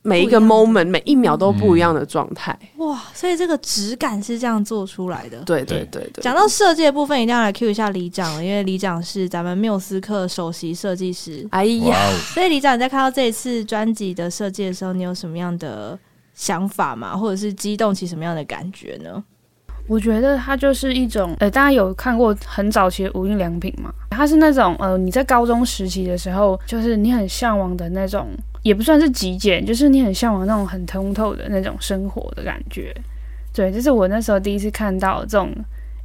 S3: 每一个
S1: 不一样
S3: moment 每一秒都不一样的状态。
S1: 哇，所以这个质感是这样做出来的。
S3: 对对对对，
S1: 讲到设计的部分，一定要来 cue 一下李长了，因为李长是咱们缪斯克首席设计师。
S3: 哎呀，
S4: 哇哦，
S1: 所以李长，你在看到这一次专辑的设计的时候，你有什么样的想法吗？或者是激动起什么样的感觉呢？
S2: 我觉得它就是一种，呃，大家有看过很早期的无印良品吗？它是那种，呃，你在高中时期的时候，就是你很向往的那种，也不算是极简，就是你很向往那种很通透的那种生活的感觉。对，这是我那时候第一次看到这种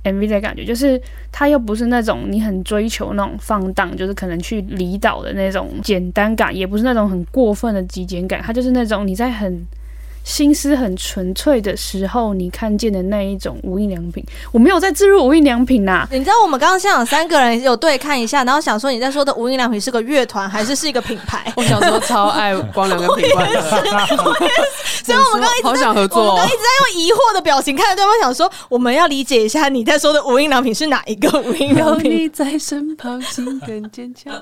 S2: MV 的感觉，就是它又不是那种你很追求那种放荡，就是可能去离岛的那种简单感，也不是那种很过分的极简感，它就是那种你在很心思很纯粹的时候，你看见的那一种无印良品。我没有在置入无印良品呐、啊
S1: 你知道我们刚刚现场三个人有对看一下，然后想说你在说的无印良品是个乐团还是是一个品牌？
S3: 我小时候超爱光良跟品冠的， 所以 我们刚好想合
S1: 我
S3: 作、
S1: 们
S3: 哦
S1: 刚一。直在用疑惑的表情看着对方，想说我们要理解一下你在说的无印良品是哪一个无印良 品。
S3: 在身旁，心更坚强。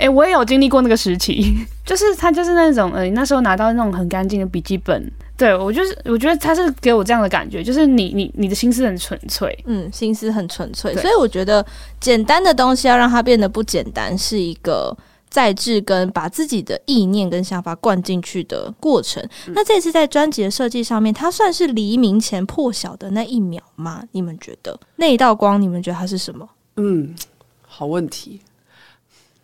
S2: 诶，我也有经历过那个时期， 就是他就是那种，呃，那时候拿到那种很干净的笔记本，对我就是我觉得他是给我这样的感觉，就是你你你的心思很纯粹，
S1: 嗯，心思很纯粹，
S2: 对
S1: 所以我觉得简单的东西要让它变得不简单，是一个在制跟把自己的意念跟想法灌进去的过程。那这次在专辑的设计上面，它算是黎明前破晓的那一秒吗？你们觉得那一道光，你们觉得它是什么？
S3: 嗯， 好问题。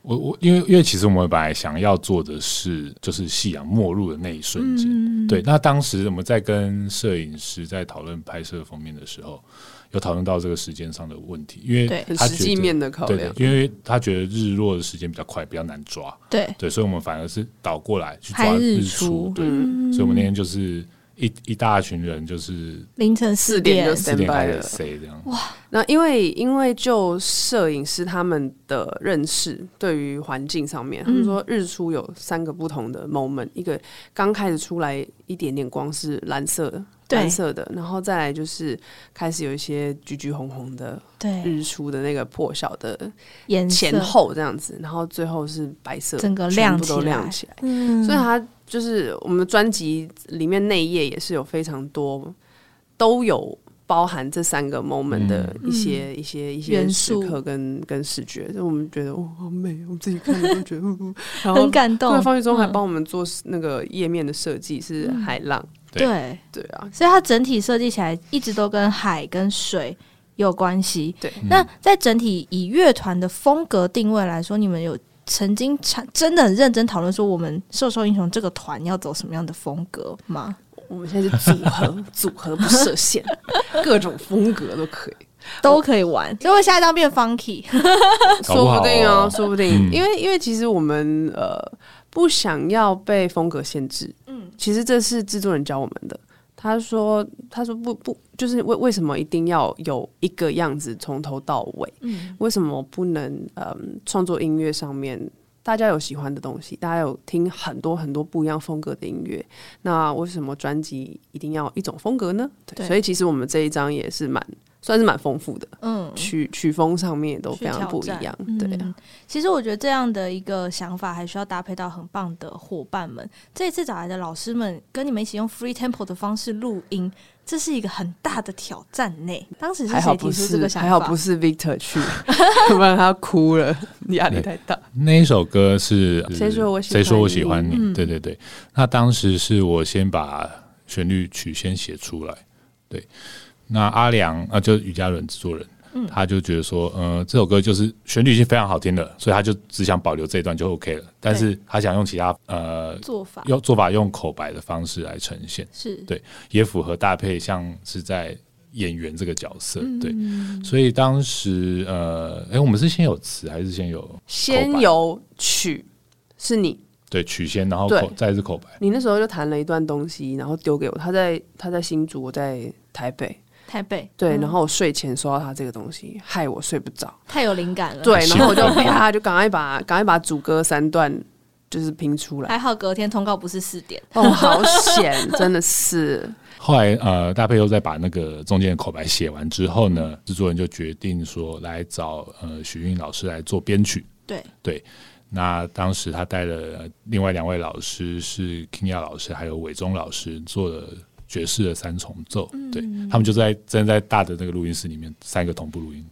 S4: 我我因为因为其实我们本来想要做的是，就是夕阳没入的那一瞬间。
S1: 嗯，
S4: 对，那当时我们在跟摄影师在讨论拍摄封面的时候，有讨论到这个时间上的问题，因为
S1: 对
S3: 很
S4: 他
S3: 实
S4: 觉
S3: 际
S4: 得
S3: 面的考
S4: 对
S3: 量
S4: 对，，因为他觉得日落的时间比较快，比较难抓，
S1: 对，
S4: 对，所以我们反而是倒过来去
S1: 拍
S4: 抓
S1: 日
S4: 日
S1: 出
S4: 对，
S3: 嗯，
S4: 所以我们那天就是一一大群人，就是
S1: 凌晨
S3: 四
S1: 四
S3: 点
S1: 点
S3: 就。
S4: 四点
S3: Standby
S4: 开
S3: 了
S4: 始 C 这样，
S3: 那因为因为就摄影师他们的认识对于环境上面，他们说日出有三个不同的 moment，、一个刚开始出来一点点光是蓝色的，
S1: 对
S3: 蓝色的，然后再来就是开始有一些橘橘红红的
S1: 对，
S3: 日出的那个破晓的
S1: 颜色
S3: 前，后这样子，然后最后是白色，
S1: 整个
S3: 全
S1: 亮
S3: 部
S1: 起
S3: 都
S1: 来
S3: 亮起来。
S1: 嗯
S3: 所以它就是我们的专辑里面内页也是有非常多都有包含这三个 moment 的一些、一些一些
S1: 嗯元
S3: 时
S1: 素
S3: 刻跟跟视觉，就我们觉得哦好美，我们自己看了都觉得， 嗯然后
S1: 很感动
S3: 对，。方宇中还
S1: 嗯
S3: 帮我们做那个页面的设计是海浪，
S4: 对
S1: 对，
S3: 对啊，
S1: 所以它整体设计起来一直都跟海跟水有关系。
S3: 对
S1: 那在整体以乐团的风格定位来说，你们有曾经产真的很认真讨论说，我们瘦瘦英雄这个团要走什么样的风格吗？
S3: 我们现在是组合， 组合不设限，各种风格都可以。
S1: 都可以玩，所以会下一张变 funky。
S4: 搞不
S3: 说
S4: 好
S3: 不定哦，
S4: 哦
S3: 说不定，
S4: 嗯
S3: 因为因为其实我们呃不想要被风格限制，嗯，其实这是制作人教我们的。他说：“他说不不，就是为为什么一定要有一个样子从头到尾？
S1: 嗯
S3: 为什么不能嗯创作音乐上面大家有喜欢的东西，大家有听很多很多不一样风格的音乐？那为什么专辑一定要一种风格呢？对，
S1: 对
S3: 所以其实我们这一张也是蛮算是蛮丰富的，
S1: 嗯，
S3: 曲曲风上面也都非常不一样，对啊。
S1: 嗯其实我觉得这样的一个想法还需要搭配到很棒的伙伴们。这一次找来的老师们跟你们一起用 free tempo 的方式录音，这是一个很大的挑战呢。当时是
S3: 还好
S1: 谁
S3: 不
S1: 提出
S3: 是
S1: 这个，想法？
S3: 还好不是 Victor 去， 要不然他哭了，压力太大。
S4: 那一首歌是
S3: 谁说我喜欢
S4: 谁说我喜欢你？
S1: 嗯
S4: 对对对，那当时是我先把旋律曲先写出来。对，那阿良啊，就是于嘉伦制作人，
S3: 嗯
S4: 他就觉得说，呃，这首歌就是旋律已经非常好听了，所以他就只想保留这一段就 OK 了。但是他想用其他呃
S1: 做法
S4: 用做法用口白的方式来呈现，
S1: 是
S4: 对也符合搭配像是在演员这个角色。对，
S3: 嗯
S4: 所以当时呃，哎、我们是先有词还是先有
S3: 先有曲是你，
S4: 对曲先，然后
S3: 对
S4: 口再是口白？
S3: 你那时候就弹了一段东西，然后丢给我。他在他在新竹，我在台北。
S1: 太背，
S3: 对，
S1: 嗯
S3: 然后我睡前收到他这个东西，害我睡不着。
S1: 太有灵感了。，
S3: 对，然后 我就啪，就赶快把赶快把主歌三段就是拼出 来。
S1: 还好隔天通告不是四点，
S3: 哦，好险，真的 是。
S4: 后来呃，大佩又再把那个中间的口白写完之后呢，制作人就决定说来找呃许韵老师来做编曲。
S1: 对
S4: 对，那当时他带了呃另外两位老师是 k i n y a 老师还有伟忠老师做了。爵士的三重奏，
S3: 嗯
S4: 对他们就在真的在大的那个录音室里面，三个同步录音，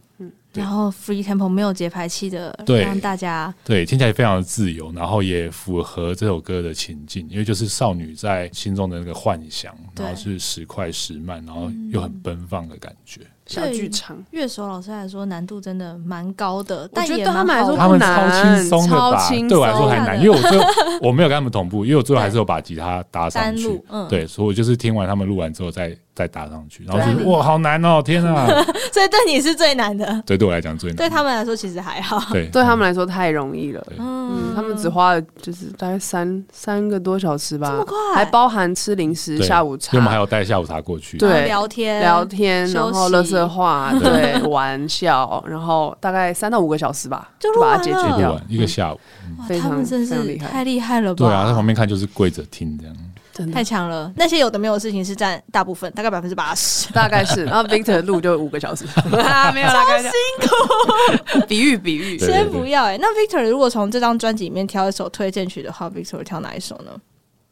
S4: 对
S1: 然后 Free Tempo 没有节拍器的，
S4: 对
S1: 让大家
S4: 对，听起来非常的自由，然后也符合这首歌的情境，因为就是少女在心中的那个幻想，
S1: 对
S4: 然后嗯是时快时慢，然后又很奔放的感觉。
S3: 小剧场，
S1: 乐手老师来说难度真的蛮高的，
S3: 我
S1: 但
S3: 觉
S1: 也
S3: 得对他
S1: 蛮
S3: 们来
S1: 好
S3: 说
S1: 玩
S4: 他
S1: 的
S4: 们超轻松的
S3: 超
S4: 吧
S3: 轻松？
S4: 对我来说还难，因为我最后我没有跟他们同步，因为我最后还是
S1: 对
S4: 有把吉他搭上
S1: 单
S4: 去
S1: 录。，嗯，，
S4: 对，所以我就是听完他们录完之后再再搭上去，然后就
S1: 对
S4: 是哇，好难哦，天啊！
S1: 所以对你是最难的，
S4: 对，对我来讲最难。
S1: 对他们来说其实还好。
S4: 嗯对，
S3: 对他们来说太容易了。
S1: 嗯
S3: 嗯，他们只花了就是大概三三个多小时吧，
S1: 这么快
S3: 还包含吃零食、
S4: 对
S3: 下午
S4: 因为我们还
S3: 茶、
S4: 有带下午茶过去。
S3: 对
S1: 然后聊天
S3: 聊天，
S1: 休息
S3: 然后乐色话，对，玩笑，然后大概三到五个小时吧，嗯
S1: 就
S3: 就
S1: 录完
S3: 把
S1: 了
S3: 它解决
S4: 录
S3: 掉
S4: 完。一个下午，
S1: 哇，
S3: 非
S1: 他
S3: 常
S1: 们真
S3: 非常
S1: 是
S3: 厉害
S1: 太厉害了吧？
S4: 对啊，在旁边看就是跪着听这样。
S3: 真
S1: 太
S3: 的
S1: 强了。那些有的没有的事情是占大部分，大概百分之八十。
S3: 大概是。然后 Victor 录就五个小时， 啊没有啦，辛 苦。比喻比喻，
S4: 对
S1: 先不要哎、那 Victor 如果从这张专辑里面挑一首推荐曲的话，Victor 会挑哪一首呢？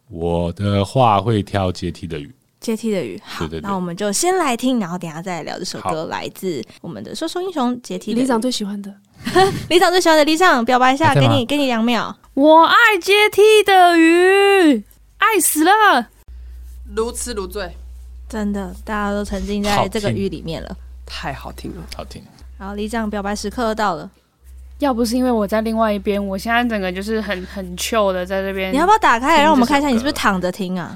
S4: 我的话会挑阶梯的雨，
S1: 阶梯的雨，好，
S4: 对对对
S1: 那我们就先来听，然后等一下再来聊这首
S4: 好
S1: 歌，来自我们的《说说英雄》阶梯的雨。
S3: 李长最喜欢的。
S1: 李长最喜欢的李长，表白一下，
S4: 还在
S1: 给
S4: 吗
S1: 你给你两秒。
S2: 我爱阶梯的雨，爱死了。
S3: 如痴如醉，
S1: 真的，大家都沉浸在
S4: 好
S1: 这个
S4: 听
S1: 雨里面了。
S3: 太好听了。
S4: 好听。
S1: 然后李长表白时刻到了，
S2: 要不是因为我在另外一边，我现在整个就是很很 chill 的在这边。
S1: 你要不要打开来
S2: 听
S1: 让我们
S2: 这首
S1: 看一下你
S2: 歌
S1: 是不是躺着听啊？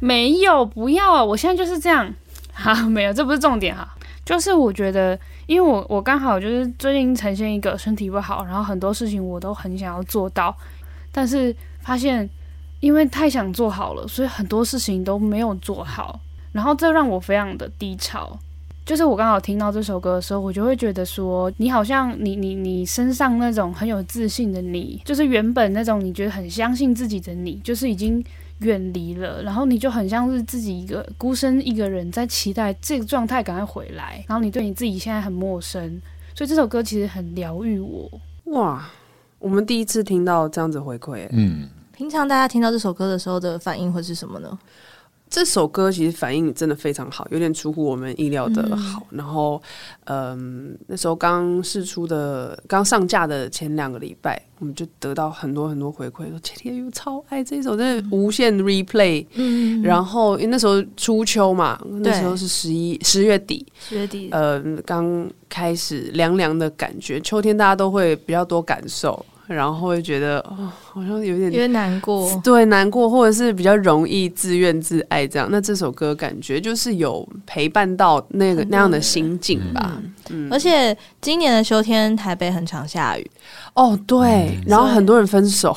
S2: 没有，不要啊！我现在就是这样。 好，没有，这不是重点哈。就是我觉得，因为我我刚好就是最近呈现一个身体不好，然后很多事情我都很想要做到，但是发现因为太想做好了，所以很多事情都没有做好，然后这让我非常的低潮。就是我刚好听到这首歌的时候，我就会觉得说，你好像你你你身上那种很有自信的你，就是原本那种你觉得很相信自己的你，就是已经远离了，然后你就很像是自己一个孤身一个人在期待这个状态赶快回来，然后你对你自己现在很陌生，所以这首歌其实很疗愈我。
S3: 哇，我们第一次听到这样子回馈、欸，
S4: 嗯，
S1: 平常大家听到这首歌的时候的反应会是什么呢？
S3: 这首歌其实反应真的非常好，有点出乎我们意料的好。然后，嗯，那时候刚试出的、刚上架的前两个礼拜，我们就得到很多很多回馈，说 J T U 超爱这一首，真的无限 replay。
S1: 嗯，
S3: 然后因为那时候初秋嘛，那时候是十一十月底，
S1: 学弟，
S3: 呃，刚开始凉凉的感觉，秋天大家都会比较多感受，然后会觉得哦，好像有点
S1: 有点难过，
S3: 对，难过或者是比较容易自怨自艾这样。那这首歌感觉就是有陪伴到那
S1: 很
S3: 个
S1: 多人嗯
S3: 那样的心境吧。
S1: 而且今年的秋天台北很常下雨，
S3: 哦，对，然后很多人分手，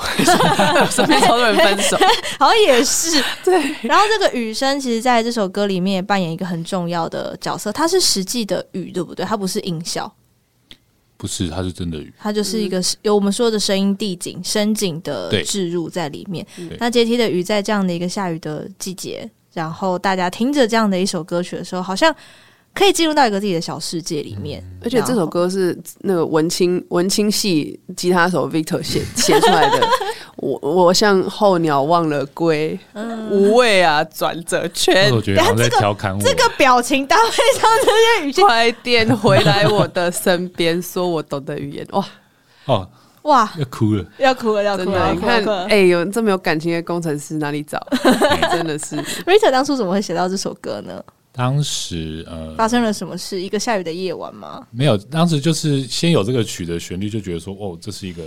S3: 身边超多人 分手。
S1: 好像也 是。
S3: 对，
S1: 然后这个雨声其实在这首歌里面也扮演一个很重要的角色，它是实际的雨，对不对？它不是音效，
S4: 不是，它是真的雨。
S1: 它就是一个有我们说的声音地景、声景的
S4: 嗯对
S1: 置入在里面
S4: 对。
S1: 那阶梯的雨在这样的一个下雨的季节，然后大家听着这样的一首歌曲的时候，好像可以进入到一个自己的小世界里面。
S4: 嗯
S3: 而且这首歌是那个文青文青系吉他手 Victor 写写出来的。我我像候鸟忘了归，
S1: 嗯
S3: 无畏啊，转折
S4: 但
S3: 圈
S4: 是我，觉得好像在调侃我。
S1: 呃这个表情搭配上 这些语气，
S3: 快点回来我的身边，说我懂的语言。哇，
S4: 哦，
S1: 哇，
S4: 要哭了。
S1: 要哭了，要
S3: 真
S1: 哭了，
S3: 的，
S1: 要
S3: 你
S1: 哭了
S3: 看
S1: 要哭，了。
S3: 哎，有这么有感情的工程师哪里找？哎真的是
S1: Rita 当初怎么会写到这首歌呢？
S4: 当时呃，
S1: 发生了什么事？一个下雨的夜晚吗？
S4: 没有，当时就是先有这个曲的旋律，就觉得说，哦，这是一个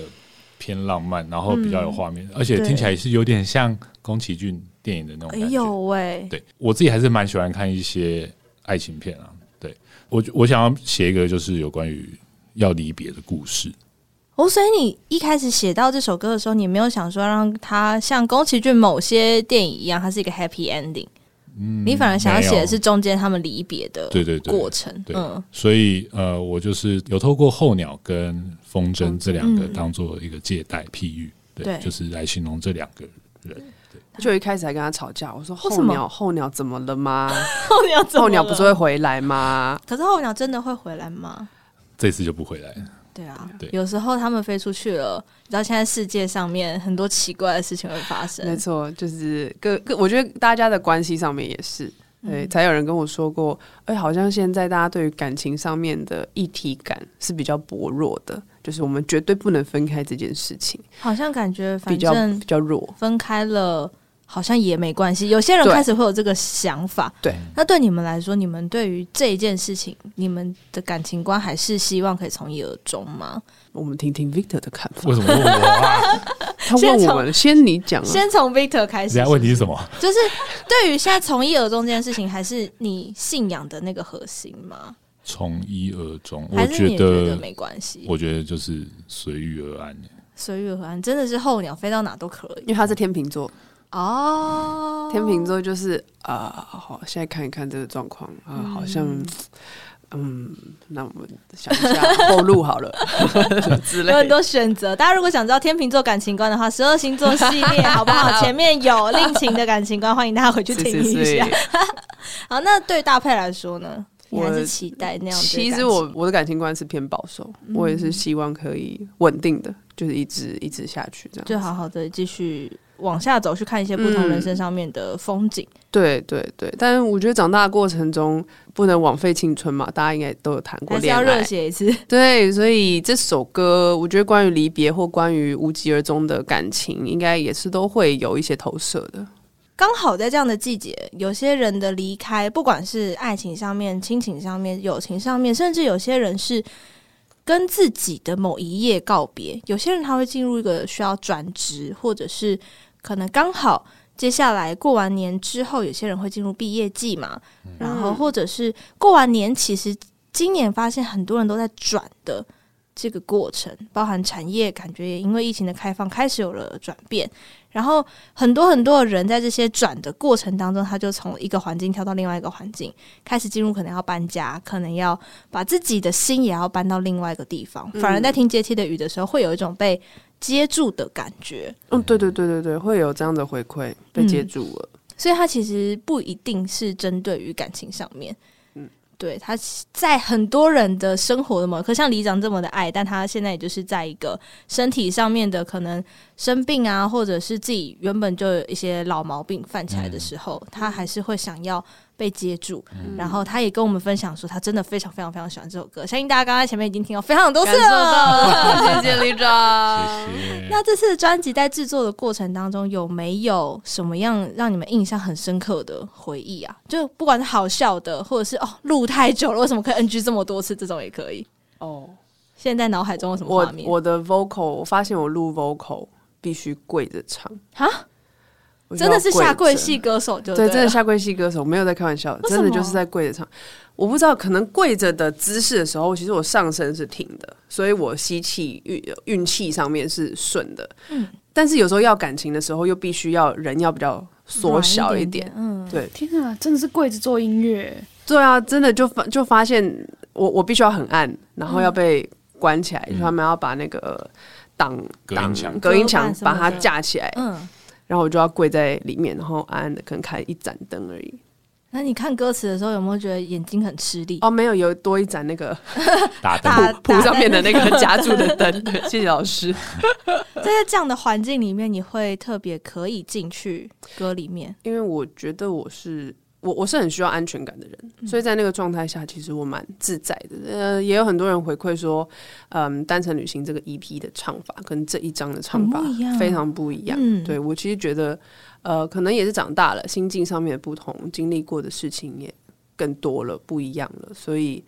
S4: 偏浪漫，然后比较有画面，
S1: 嗯
S4: 而且听起来是有点像宫崎骏电影的那种
S1: 哎
S4: 感觉。
S1: 呦喂，
S4: 对我自己还是蛮喜欢看一些爱情片啊。对我，我想要写一个就是有关于要离别的故事。
S1: 哦，所以你一开始写到这首歌的时候，你没有想说让它像宫崎骏某些电影一样，它是一个 happy ending，、
S4: 嗯
S1: 你反而想要
S4: 没有
S1: 写的是中间他们离别的
S4: 对对对
S1: 过程。
S4: 对
S1: 嗯，
S4: 所以呃，我就是有透过候鸟跟风筝这两个
S1: 嗯
S4: 当做一个借代譬喻，对，
S1: 对
S4: 就是来形容这两个人。
S3: 就一开始还跟他吵架，我说
S1: 为什
S3: 候
S1: 么
S3: 鸟候鸟怎么了吗？
S1: 候鸟 怎么
S3: 候
S1: 了
S3: 鸟不是会，回来吗？
S1: 可是候鸟真的会回来吗？
S4: 这次就不回来了。
S1: 对啊，
S4: 对
S1: 有时候他们飞出去了，你知道现在世界上面很多奇怪的事情会发生。
S3: 没错，就是各各，我觉得大家的关系上面也是，
S1: 嗯
S3: 对，才有人跟我说过，哎、好像现在大家对于感情上面的一体感是比较薄弱的，就是我们绝对不能分开这件事情，
S1: 好像感觉反
S3: 比较
S1: 正
S3: 比较弱。
S1: 分开了，好像也没关系。有些人
S3: 对
S1: 开始会有这个想法，
S3: 对。
S1: 那对你们来说，你们对于这一件事情，你们的感情观还是希望可以从一而终吗？
S3: 我们听听 Victor 的看法
S4: 为，什么问我啊？
S3: 他
S1: 先
S3: 问
S1: 从
S3: 我们，先你讲啊，
S1: 先从 Victor 开
S4: 人
S1: 始
S4: 家，问题是什么？
S1: 就是对于现在从一而终这件事情，还是你信仰的那个核心吗？
S4: 从一而终，我
S1: 还是你
S4: 觉
S1: 也觉得
S4: 得，
S1: 没关系，
S4: 我觉得就是随遇而安。
S1: 随遇而安，真的是候鸟飞到哪都可
S3: 因
S1: 以
S3: 为他是天秤座，
S1: 哦。
S3: 天秤座就是啊、好，现在看一看这个状况啊，好像。嗯，那我们想一下后路好了 之类
S1: 有
S3: 的
S1: 很。多选择。大家如果想知道天秤座感情观的话，十二星座系 列好不好？前面有令情的感情观，欢迎大家回去
S3: 是
S1: 听
S3: 是
S1: 一
S3: 是
S1: 下。 好，那对大佩来说呢？你还
S3: 我
S1: 是期待那样子的
S3: 其
S1: 感情？嗯
S3: 实我我的感情观是偏保守，我也是希望可以稳定的，就是一直一直下去这样。
S1: 就好好的继续往下走，去看一些不
S3: 嗯
S1: 同人生上面的风景。
S3: 对对对，但是我觉得长大的过程中不能枉费青春嘛，大家应该都有谈
S1: 还
S3: 过
S1: 是
S3: 恋
S1: 要热
S3: 爱。
S1: 血一次。
S3: 对，所以这首歌，我觉得关于离别或关于无疾而终的感情，应该也是都会有一些投射的。
S1: 刚好在这样的季节，有些人的离开，不管是爱情上面、亲情上面、友情上面，甚至有些人是跟自己的某一页告别。有些人他会进入一个需要转职，或者是可能刚好接下来过完年之后，有些人会进入毕业季嘛，然后或者是过完年，其实今年发现很多人都在转的。这个过程包含产业，感觉也因为疫情的开放开始有了转变，然后很多很多的人在这些转的过程当中，他就从一个环境跳到另外一个环境，开始进入可能要搬家，可能要把自己的心也要搬到另外一个地方。反而在听阶梯的雨的时候，会有一种被接住的感觉。
S3: 嗯，对对对对对，会有这样的回馈被接住了。
S1: 所以它其实不一定是针对于感情上面。对，他在很多人的生活的某一刻，像里长这么的爱，但他现在也就是在一个身体上面的可能生病啊，或者是自己原本就有一些老毛病犯起来的时候，他还是会想要被接住。然后他也跟我们分享说，他真的非常非常非常喜欢这首歌，相信大家刚才前面已经听到非常多次
S3: 感受
S1: 了。
S3: 到了，谢谢李长。
S4: 谢谢。
S1: 呃那这次的专辑在制作的过程当中，有没有什么样让你们印象很深刻的回忆啊？就不管是好笑的，或者是哦录太久了， 为什么可以 NG 这么多次？这种也可以。
S3: 哦，
S1: 现在脑海中有什么画
S3: 我
S1: 面？
S3: 我的 vocal，我发现我录 vocal 必须跪着唱
S1: 啊，
S3: 我就
S1: 真的是
S3: 要
S1: 下跪
S3: 着
S1: 系歌手就
S3: 对，
S1: 了
S3: 真的下跪系歌手，没有在开玩笑，
S1: 什
S3: 真的就
S1: 么
S3: 是在跪着唱。我不知道，可能跪着的姿势的时候，其实我上身是挺的，所以我吸气运运气上面是顺的。
S1: 嗯
S3: 但是有时候要感情的时候，又必须要人要比较缩
S1: 软
S3: 小
S1: 一
S3: 一
S1: 点
S3: 点。
S1: 点，嗯，
S3: 对
S2: 天啊，真的是跪着做音乐，
S3: 对啊，真的就发就发现我我必须要很暗，然后要被关起来，就他们要把那个挡
S4: 嗯隔
S3: 挡
S4: 音墙
S3: 隔音
S1: 隔
S3: 墙
S1: 板什么
S3: 把它
S1: 的
S3: 架起来，
S1: 嗯。
S3: 然后我就要跪在里面，然后暗暗的可能开一盏灯而已。
S1: 那你看歌词的时候，有没有觉得眼睛很吃力？
S3: 哦，没有，有多一盏那个。
S4: 打
S1: 打
S4: 灯，
S3: 铺上面的那个夹住的灯。对谢谢老师。
S1: 在这样的环境里面，你会特别可以进去歌里面，
S3: 因为我觉得我是我我是很需要安全感的人，
S1: 嗯
S3: 所以在那个状态下，其实我蛮自在的。呃，也有很多人回馈说，嗯，单程旅行这个 EP 的唱法跟这一张的唱法
S1: 很不一样
S3: 非常不一样。
S1: 嗯
S3: 对我其实觉得，呃，可能也是长大了，心境上面的不同，经历过的事情也更多了，不一样了，所以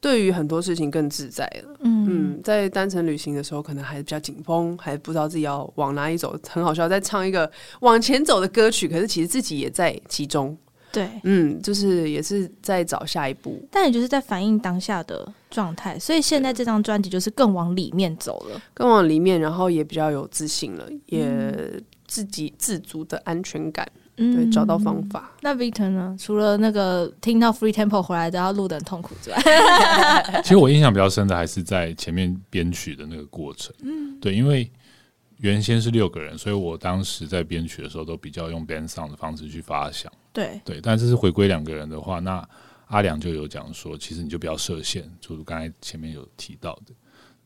S3: 对于很多事情更自在了。
S1: 嗯
S3: 嗯，在单程旅行的时候，可能还比较紧绷，还不知道自己要往哪里走，很好笑，在唱一个往前走的歌曲，可是其实自己也在其中。
S1: 对。
S3: 嗯，就是也是在找下一步。
S1: 但也就是在反映当下的状态，所以现在这张专辑就是更往里面走了。
S3: 更往里面，然后也比较有自信了，也自己自足的安全感，
S1: 嗯
S3: 对，找到方法。
S1: 那 Victor 呢？除了那个听到 Free Temple 回来都要录的很痛苦之外，
S4: 其实我印象比较深的还是在前面编曲的那个过程，嗯，对，因为原先是六个人，所以我当时在编曲的时候都比较用 band song 的方式去发想，
S1: 对，
S4: 对，但是是回归两个人的话，那阿良就有讲说，其实你就不要设限，就是刚才前面有提到的，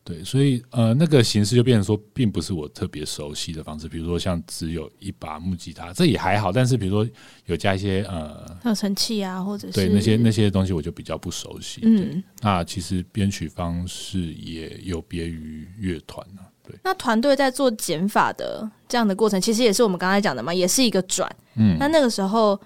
S4: 对，所以呃，那个形式就变成说，并不是我特别熟悉的方式，比如说像只有一把木吉他，这也还好，但是比如说有加一些呃，
S1: 很有生气啊，或者是
S4: 对那些那些东西，我就比较不熟悉，对。
S1: 嗯，
S4: 那其实编曲方式也有别于乐团啊，对，
S1: 那团队在做减法的这样的过程，其实也是我们刚才讲的嘛，也是一个转。
S4: 嗯
S1: 那，那个时候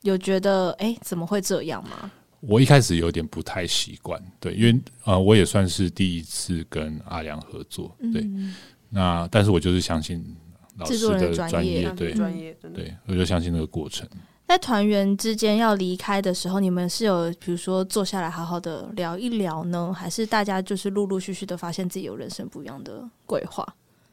S1: 有觉得，哎、怎么会这样吗？
S4: 我一开始有点不太习惯，对，因为呃，我也算是第一次跟阿良合作，对，
S1: 嗯
S4: 那但是我就是相信老
S1: 制
S4: 师
S1: 作人的专
S4: 专
S1: 业
S4: 业，
S1: 啊
S4: 对
S1: 嗯
S3: 专业真的。
S4: 对，我就相信那个过程。
S1: 在团员之间要离开的时候，你们是有比如说坐下来好好的聊一聊呢，还是大家就是陆陆续续的发现自己有人生不一样的规划？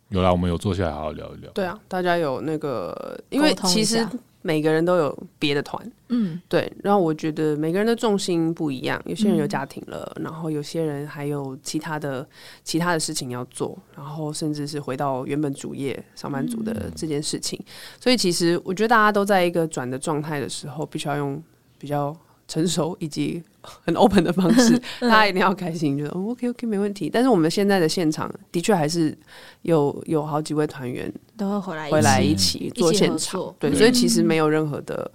S4: 有啦，我们有坐下来好好聊一 聊，
S3: 对啊，大家有那个，因为
S1: 沟通一
S3: 其实
S1: 下
S3: 每个人都有别的团，
S1: 嗯，
S3: 对。然后我觉得每个人的重心不一样，有些人有
S1: 嗯
S3: 家庭了，然后有些人还有其他的其他的事情要做，然后甚至是回到原本主业上班族的这件事情。所以其实我觉得大家都在一个转的状态的时候，必须要用比较成熟以及很 open 的方 式，大家一定要开心，觉得、哦、OK OK 没问题。但是我们现在的现场的确还是有有好几位团员
S1: 都会回来一起
S3: 回来一起做现
S1: 一起合
S3: 场
S1: 作，
S3: 对，
S4: 嗯
S3: 所以其实没有任何的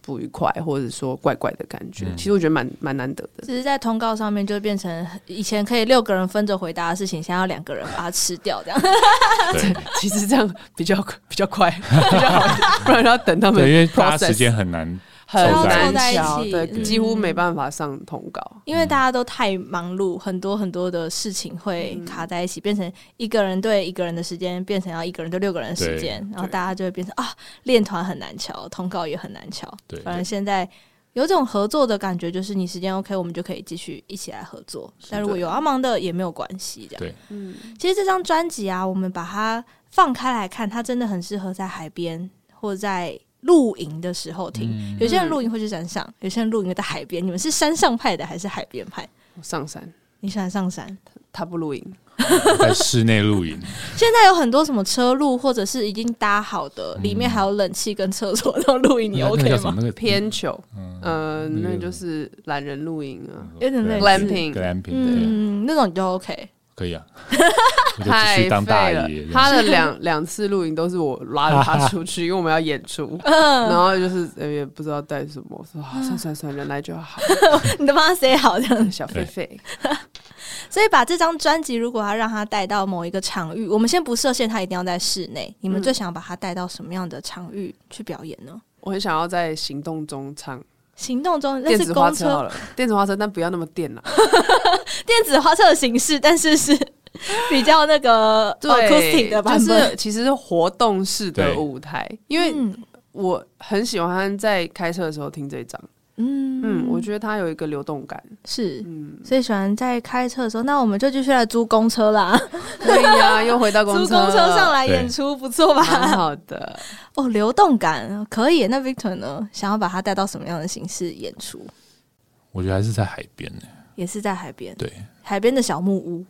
S3: 不愉快或者说怪怪的感觉。
S4: 嗯
S3: 其实我觉得蛮蛮难得的。
S1: 只是在通告上面就变成以前可以六个人分着回答的事情，现在要两个人把它吃掉，这样
S4: 对
S3: 其实这样比较比较快，比较好，不然要等他们
S4: 对，因为大家
S3: process
S4: 时间很难，
S3: 很
S4: 凑在
S3: 难
S4: 一起
S3: 敲，对，
S1: 嗯
S3: 几乎没办法上通告。
S1: 因为大家都太忙碌，很多很多的事情
S3: 嗯
S1: 会卡在一起，变成一个人对一个人的时间，变成要一个人对六个人的时间，然后大家就会变成啊，练团很难瞧，通告也很难瞧。
S4: 对
S1: 反正现在有种合作的感觉，就是你时间 OK，我们就可以继续一起来合作。但如果有要忙的也没有关系，这样。
S4: 对
S3: 嗯，
S1: 其实这张专辑啊，我们把它放开来看，它真的很适合在海边或在露营的时候听。
S4: 嗯
S1: 有些人露营会去山上，有些人露营会在海边。你们是山上派的还是海边派？
S3: 上山
S1: 你喜欢上山？
S3: 他不露营，
S4: 在室内 露营，
S1: 现在有很多什么车路，或者是已经搭好的，里面还有冷气跟厕所，然后露营，你
S4: 那个
S1: OK
S4: 叫什么
S1: 吗？？
S4: 那个
S3: 偏球，
S4: 嗯
S3: 呃，那
S4: 那个嗯
S3: 就是懒人露营啊，
S1: 有点类似
S3: glamping
S4: glamping，对，
S1: 嗯，那种你就 OK。
S4: 可以啊，我就继
S3: 太
S4: 续当大
S3: 废了
S4: 爷。。
S3: 他 的两两次露营都是我拉着他出去，因为我们要演出，
S1: 嗯
S3: 然后就是呃也不知道带什么，我说啊，算算算，人来就好，
S1: 你都帮他塞好这样子。
S3: 小狒狒，
S1: 所以把这张专辑，如果要让它带到某一个场域，我们先不设限，它一定要在室内。你们
S3: 嗯
S1: 最想把它带到什么样的场域去表演呢？
S3: 我很想要在行动中唱
S1: 行动中，那
S3: 电
S1: 是
S3: 子花
S1: 公
S3: 车好
S1: 车、
S3: 了，电子花车，但不要那么电 了，
S1: 电子花车的形式，但是 是比较那个 acoustic 的版
S3: 就
S1: 本。
S3: 是其实是活动式的
S4: 对
S3: 舞台，因为
S1: 嗯
S3: 我很喜欢在开车的时候听这一张，
S1: 嗯
S3: 嗯，我觉得它有一个流 动感，
S1: 是，
S3: 嗯，
S1: 所以喜欢在开车的时候，那我们就继续来租公车 啦，
S3: 对呀，又回到
S1: 租
S3: 公
S1: 公
S3: 车了
S1: 车上，来演出，不错
S3: 蛮
S1: 吧？
S3: 好 的。
S1: 哦，流动感可以。那 Victor 呢？想要把它带到什么样的形式演出？
S4: 我觉得还是在海边呢，
S1: 也是在海边，
S4: 对，
S1: 海边的小木屋。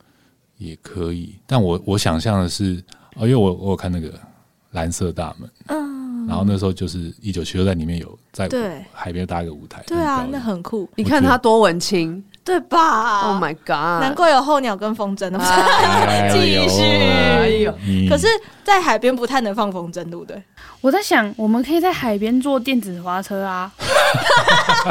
S4: 也可以。但我我想象的是，哦，因为我我有看那个《蓝色大门》，嗯，然后那时候就是一九七六在里面有在
S1: 对
S4: 海边搭一个舞台，
S1: 对啊，
S4: 表演
S1: 那很酷。
S3: 你看他多文青，
S1: 对吧
S3: Oh my god！
S1: 难怪有候鸟跟风筝，对不对
S4: 哎
S1: 继续
S3: 哎呦
S4: 嗯
S1: 可是，在海边不太能放风筝，对不对？
S2: 我在想，我们可以在海边坐电子滑车啊，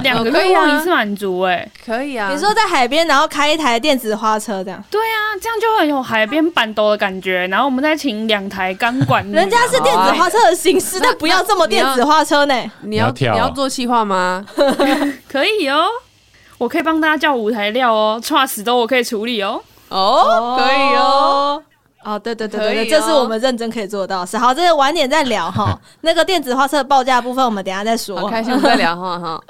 S2: 两个
S3: 可以
S2: 愿望
S3: 啊
S2: 一次满足哎、
S3: 可以啊，
S1: 你说在海边，然后开一台电子花车这样，
S2: 对啊，这样就会有海边板斗的感觉，然后我们再请两台钢管女，啊
S1: 人家是电子花车的形式，
S3: 那
S1: 但不要这么电子花车呢。
S3: 你要
S4: 你要跳
S3: 你要做企划 吗？
S2: 可以哦，我可以帮大家叫舞台料哦，串死都我可以处理哦。
S3: 哦，可以哦。。
S1: 哦，对对对对
S3: 可
S1: 对，
S3: 以哦
S1: 这是我们认真可以做得到的事。好，这个晚点再聊 哈。那个电子花车的报价部分，我们等一下再说。
S3: 好开心，我们再聊哈哈。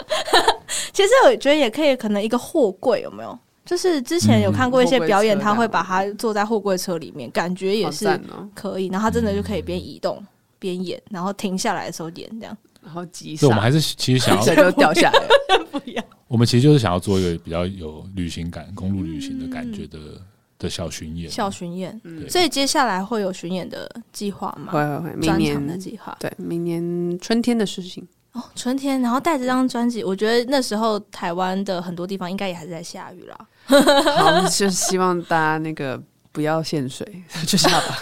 S1: 其实我觉得也可以，可能一个货柜有没有？就是之前有看过一些表演，
S3: 嗯
S1: 他会把它坐在货柜车里面，感觉也
S3: 好
S1: 是
S3: 赞哦，
S1: 可以。然后他真的就可以边移动边演，然后停下来的时候演这样。
S3: 然后急
S4: 所以我们
S3: 刹，
S4: 还是其实 想
S3: 整
S4: 要，
S3: 个掉下来了。
S4: 我们其实就是想要做一个比较有旅行感、公路旅行的感觉的
S1: 嗯
S4: 的小巡
S3: 嗯
S4: 演。
S1: 校巡演，
S4: 对
S1: 所以接下来会有巡演的计划
S3: 会
S1: 吗？
S3: 会会，明
S1: 专场的
S3: 年
S1: 计划
S3: 对，明年春天的事情。
S1: 哦，春天，然后带着这张专辑，我觉得那时候台湾的很多地方应该也还是在下雨啦。
S3: 好，就是希望大家那个不要限水，就下吧。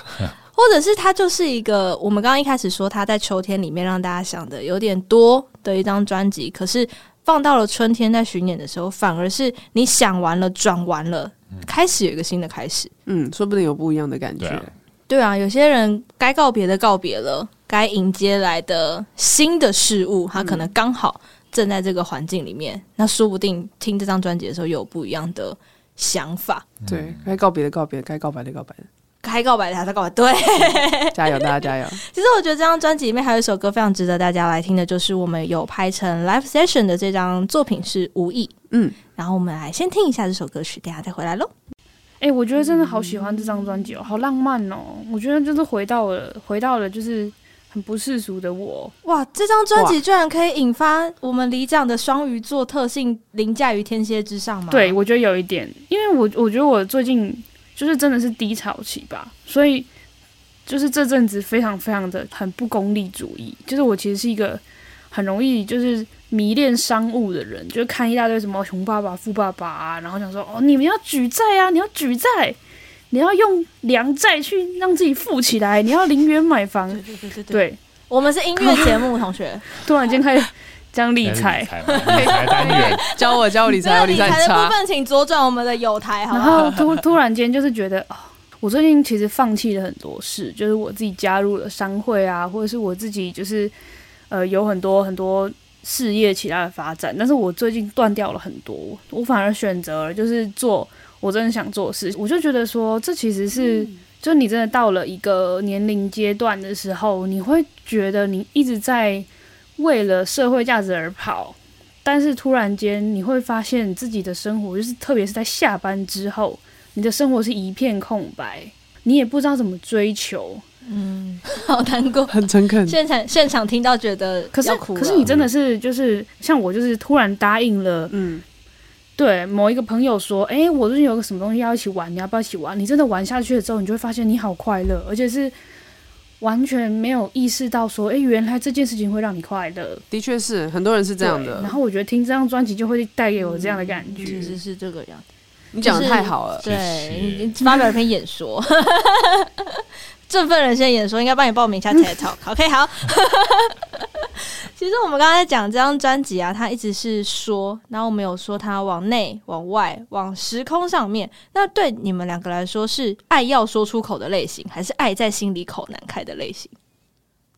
S1: 或者是它就是一个我们刚刚一开始说它在秋天里面让大家想的有点多的一张专辑，可是放到了春天在巡演的时候，反而是你想完了转完了，开始有一个新的开始。
S3: 嗯，说不定有不一样的感
S4: 对啊
S3: 觉。
S1: 对啊，有些人该告别的告别了，该迎接来的新的事物，他可能刚好正在这个环境里面，那说不定听这张专辑的时候有不一样的想法。
S3: 对，该告别的告别，该告白的告白的，
S1: 该告白的还在告白，对，
S3: 加油，大家加油！
S1: 其实我觉得这张专辑里面还有一首歌非常值得大家来听的，就是我们有拍成 live session 的这张作品是《无意》。
S3: 嗯，
S1: 然后我们来先听一下这首歌曲，等一下再回来喽。
S2: 哎、我觉得真的好喜欢这
S1: 嗯
S2: 张专辑哦，好浪漫哦！我觉得就是回到了，回到了就是很不世俗的我。
S1: 哇，这张专辑居然可以引发我们里长的双鱼座特性凌驾于天蝎之上吗？
S2: 对，，我觉得有一点，因为我我觉得我最近就是真的是低潮期吧，所以就是这阵子非常非常的很不功利主义，就是我其实是一个很容易就是迷恋商务的人，就是看一大堆什么穷爸爸、富爸爸、啊，然后想说哦，你们要举债啊，你要举债。你要用良债去让自己富起来，你要零元买房，
S1: 对对对对对，
S2: 对，
S1: 我们是音乐节目，同学，
S2: 突然间开始讲理
S4: 理
S2: 财，
S4: 哎财嘛 理财单元，
S3: 教我教我理财，我
S1: 理
S3: 财
S1: 财
S3: 很
S1: 的部
S3: 差。
S1: 分请左转我们的友台，好
S2: 然
S1: 不好？
S2: 后突突然间就是觉得哦，我最近其实放弃了很多事，就是我自己加入了商会啊，或者是我自己就是呃有很多很多事业其他的发展，但是我最近断掉了很多，我反而选择了就是做我真的想做的事，我就觉得说这其实是。就你真的到了一个年龄阶段的时候，你会觉得你一直在为了社会价值而跑，但是突然间你会发现自己的生活，就是特别是在下班之后，你的生活是一片空白，你也不知道怎么追求。
S1: 嗯， 好难过。
S3: 很诚恳，
S1: 现场现场听到觉得
S2: 可是
S1: 要哭了
S2: 可是你真的是就是像我，就是突然答应了
S3: 嗯，
S2: 对某一个朋友说，哎、我最近有个什么东西要一起玩，你要不要一起玩？你真的玩下去了之后，你就会发现你好快乐，而且是完全没有意识到说，哎、原来这件事情会让你快乐。
S3: 的确是，很多人是这样
S2: 对然
S3: 的。
S2: 后我觉得听这张专辑就会带给我这样的感觉。
S1: 其实嗯是这个样子。
S3: 你讲的太好了，
S1: 对，
S4: 谢谢
S1: 你发表一篇演说， 振奋人心的演说，应该帮你报 名一下 TED Talk。OK，好。 其实我们刚才讲这张专辑啊，它一直是说，然后我们有说它往内、往外、往时空上面。那对你们两个来说，是爱要说出口的类型，还是爱在心里口难开的类型？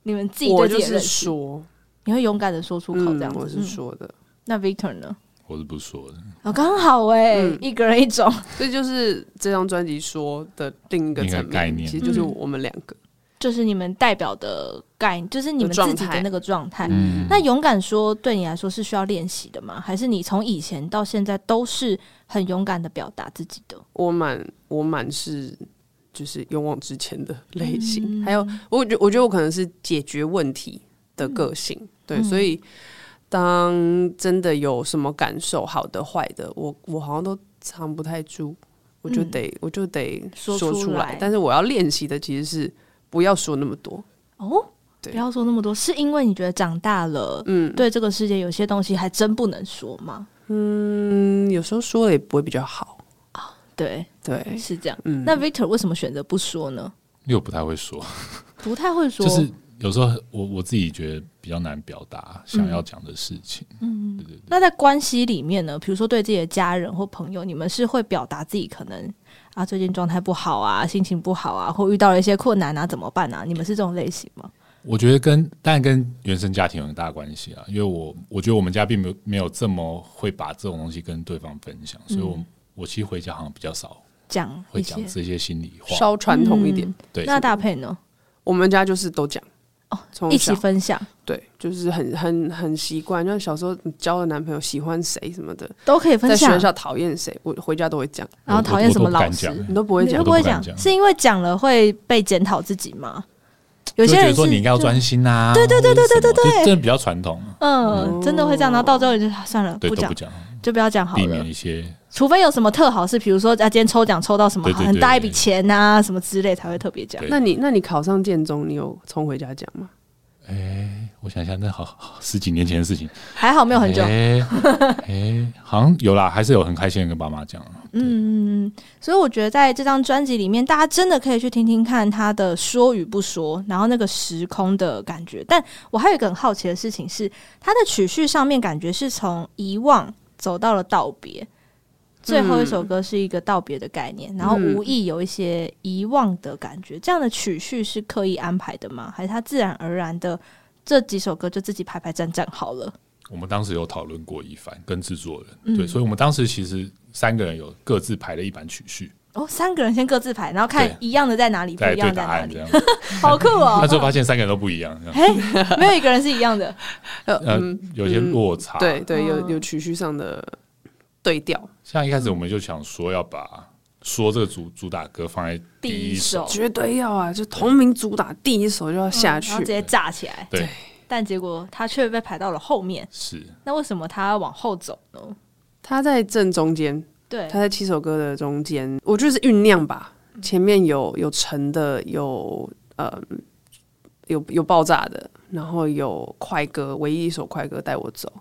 S1: 你们自己
S3: 我
S1: 对自
S3: 就
S1: 己的
S3: 是
S1: 认识，
S3: 说，
S1: 你会勇敢的说出口这样
S3: 嗯，
S1: 子。
S3: 我是
S1: 嗯
S3: 说的，
S1: 那 Victor 呢？
S4: 我是不说的，
S1: 哦，刚好哎、
S3: 嗯
S1: 一个人一种，
S3: 这就是这张专辑说的另一个
S4: 另一个
S3: 层面
S4: 概念
S3: 其实就是
S1: 嗯
S3: 我们两个。
S1: 就是你们代表的概念，就是你们自己的那个状态。
S4: 嗯，
S1: 那勇敢说对你来说是需要练习的吗？还是你从以前到现在都是很勇敢的表达自己的？
S3: 我蛮我蛮是就是勇往直前的类
S1: 嗯
S3: 型，还有我觉我觉得我可能是解决问题的个性，对，
S1: 嗯
S3: 所以当真的有什么感受，好的坏的，我我好像都藏不太住，我就
S1: 嗯
S3: 得、我就得
S1: 说
S3: 说
S1: 出
S3: 出
S1: 来
S3: 来，但是我要练习的其实是不要说那么多，
S1: 哦，
S3: 对
S1: 不要说那么多，是因为你觉得长大了，
S3: 嗯，
S1: 对这个世界有些东西还真不能说吗？
S3: 嗯，有时候说了也不会比较好。
S1: 对，
S3: 对，
S1: 是这样。
S3: 嗯，
S1: 那 Victor 为什么选择不说呢？
S4: 又不太会说，
S1: 不太会说，
S4: 就是有时候我我自己觉得比较难表达想要讲的事情。
S1: 嗯，那在关系里面呢，比如说对自己的家人或朋友，你们是会表达自己可能啊最近状态不好啊，心情不好啊，或遇到了一些困难啊，怎么办啊？你们是这种类型吗？
S4: 我觉得跟当然跟原生家庭有很大关系啊，因为我我觉得我们家并没有没有这么会把这种东西跟对方分享，所以
S1: 嗯
S4: 我我其实回家好像比较少
S1: 讲
S4: 会
S1: 一
S4: 讲
S1: 些
S4: 这些心里话。
S3: 稍传统一点。
S1: 嗯
S4: 对，
S1: 那搭配呢？
S3: 我们家就是都讲，
S1: 哦，
S3: 从
S1: 一起
S3: 小
S1: 分享
S3: 对，就是很很很习惯。像小时候你交了男朋友喜欢谁什么的，
S1: 都可以
S3: 在
S1: 分享
S3: 学，校讨厌谁，我回家都会讲，
S1: 然后讨厌什么老师，
S4: 啊
S3: 你都不会
S1: 你
S3: 讲
S1: 都不
S4: 我都
S1: 会
S4: 不敢
S1: 讲，
S4: 讲
S1: 是因为讲了会被检讨自己吗？有
S4: 有
S1: 些人是
S4: 说你应该要
S1: 就
S4: 专心啊，对对对对对对对，真的比较传统，啊
S3: 哦
S1: 嗯，真的会这样，然后到最后你就算了，
S4: 对
S1: 不
S4: 都
S1: 讲
S4: 不，讲，啊
S1: 就不要讲好
S4: 避
S1: 了
S4: 免。一些
S1: 除非有什么特好事，比如说啊，今天抽奖抽到什么
S4: 对对对
S1: 很大一笔钱呐、什么之类，才会特别讲。
S4: 对
S3: 那你那你考上建中，你有冲回家讲吗？
S4: 我想一下，那好好十几年前的事情，
S1: 还好没有很久，
S4: 哎、哎好像有啦，还是有很开心的跟爸妈讲啊。
S1: 嗯，所以我觉得在这张专辑里面，大家真的可以去听听看他的说与不说，然后那个时空的感觉。但我还有一个很好奇的事情是，他的曲序上面感觉是从遗忘走到了道别，最后一首
S4: 嗯
S1: 歌是一个道别的概念，然后无意有一些遗忘的感觉。这样的曲序是刻意安排的吗？还是他自然而然的这几首歌就自己排排站站好了？
S4: 我们当时有讨论过一番，跟制作人、
S1: 嗯
S4: 对，所以我们当时其实三个人有各自排了一版曲序，
S1: 哦，三个人先各自排，然后看
S4: 对
S1: 一样的在哪里，不
S4: 再
S1: 一样
S4: 对
S1: 的在
S4: 答
S1: 哪
S4: 案
S1: 里
S4: 这，样。
S1: 好酷哦！
S4: 那最后发现三个人都不一样，这样
S1: 哎，没有一个人是一样的。
S3: 呃，
S4: 呃
S3: 嗯，，
S4: 有些落差。
S3: 对，对，
S1: 哦
S3: 有有曲序上的对调，
S4: 像一开始我们就想说要把说这个主主打歌放在 第一首，
S3: 绝对要啊！就同名主打第一首就要下去
S1: 然后直，接炸起来。
S4: 对，
S1: 但结果他却被排到了后面，
S4: 是
S1: 那为什么他要往后走呢？
S3: 他在正中间，
S1: 对
S3: 他，在七首歌的中间，我觉得是酝酿吧。
S1: 嗯
S3: 前面有有沉的，有呃有有爆炸的，然后有快歌，唯一一首快歌带我走，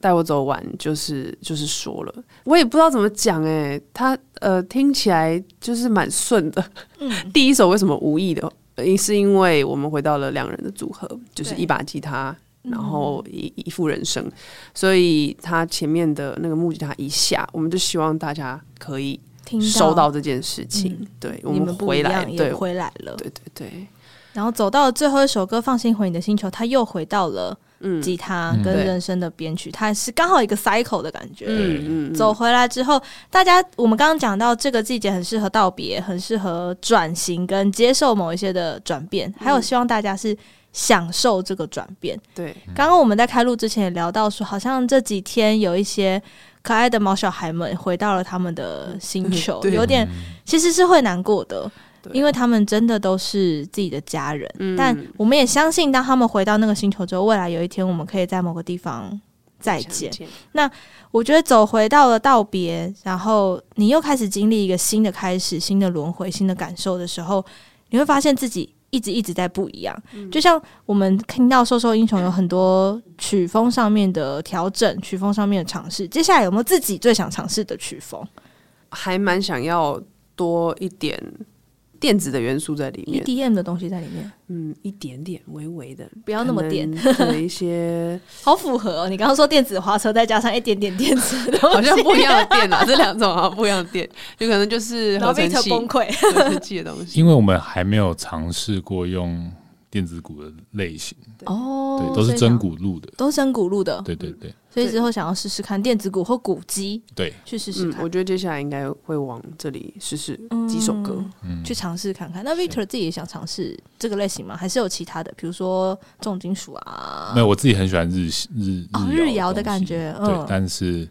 S3: 带我走完就是就是说了，我也不知道怎么讲哎、他呃听起来就是蛮顺的。
S1: 嗯
S3: 第一首为什么无意的？呃是因为我们回到了两人的组合，就是
S1: 对嗯
S3: 一把吉他，然后一一副人生，所以他前面的那个木吉他一下，我们就希望大家可以
S1: 听嗯
S3: 收到这件事情。对，我
S1: 你们不
S3: 回
S1: 一
S3: 来，
S1: 样
S3: 对
S1: 也，回来了。
S3: 对对对，
S1: 然后走到了最后一首歌《放心回你的星球》，他又回到了
S3: 嗯
S1: 吉他跟
S4: 嗯
S3: 对
S1: 人声的编曲，它是刚好一个 cycle 的感觉。
S4: 对
S3: 嗯嗯，
S1: 走回来之后，大家我们刚刚讲到这个季节很适合道别，很适合转型跟接受某一些的转变，还有
S3: 嗯
S1: 希望大家是享受这个转变。
S3: 对，
S1: 刚刚我们在开录之前也聊到说，好像这几天有一些可爱的毛小孩们回到了他们的星球，
S3: 嗯对
S1: 有点其实是会难过的。
S3: 对
S1: 因为他们真的都是自己的家人，
S3: 嗯
S1: 但我们也相信，当他们回到那个星球之后，未来有一天我们可以在某个地方再见。
S3: 见，
S1: 我觉得走回到了道别，然后你又开始经历一个新的开始、新的轮回、新的感受的时候，你会发现自己一直一直在不一样。就像我们听到《瘦瘦英雄》有很多曲风上面的调整、曲风上面的尝试，接下来有没有自己最想尝试的曲风？
S3: 还蛮想要多一点电子的元素在里面，
S1: EDM E 的东西在里面，
S3: 嗯，一点点，微微的，
S1: 不要那么电，
S3: 的一些
S1: 好符合、哦。你刚刚说电子花车，再加上一点点电子 的东西，
S3: 好像不一样的电啊， 这两种好像不一样的电，有可能就是
S1: 然后
S3: 合成
S1: Victor
S3: 器、
S1: 崩溃。
S3: 合成器的 东西。
S4: 因为我们还没有尝试过用电子鼓的类型，
S1: 哦
S4: 对，都是真，鼓录的，
S1: 都是真鼓录的，
S4: 对对对
S1: 所以之后想要试试看电子鼓或鼓机
S4: 对，
S1: 去试试
S3: 嗯
S1: 看。，
S3: 我觉得接下来应该会往这里试试几首歌。
S4: 嗯
S1: 去，尝试看看。那 Victor 自己也想尝试这个类型吗？还是有其他的，比如说重金属啊
S4: 没？有，我自己很喜欢日日
S1: 哦
S4: 日
S1: 日谣的
S4: 东
S1: 感
S4: 西
S1: 觉嗯
S4: 对，但是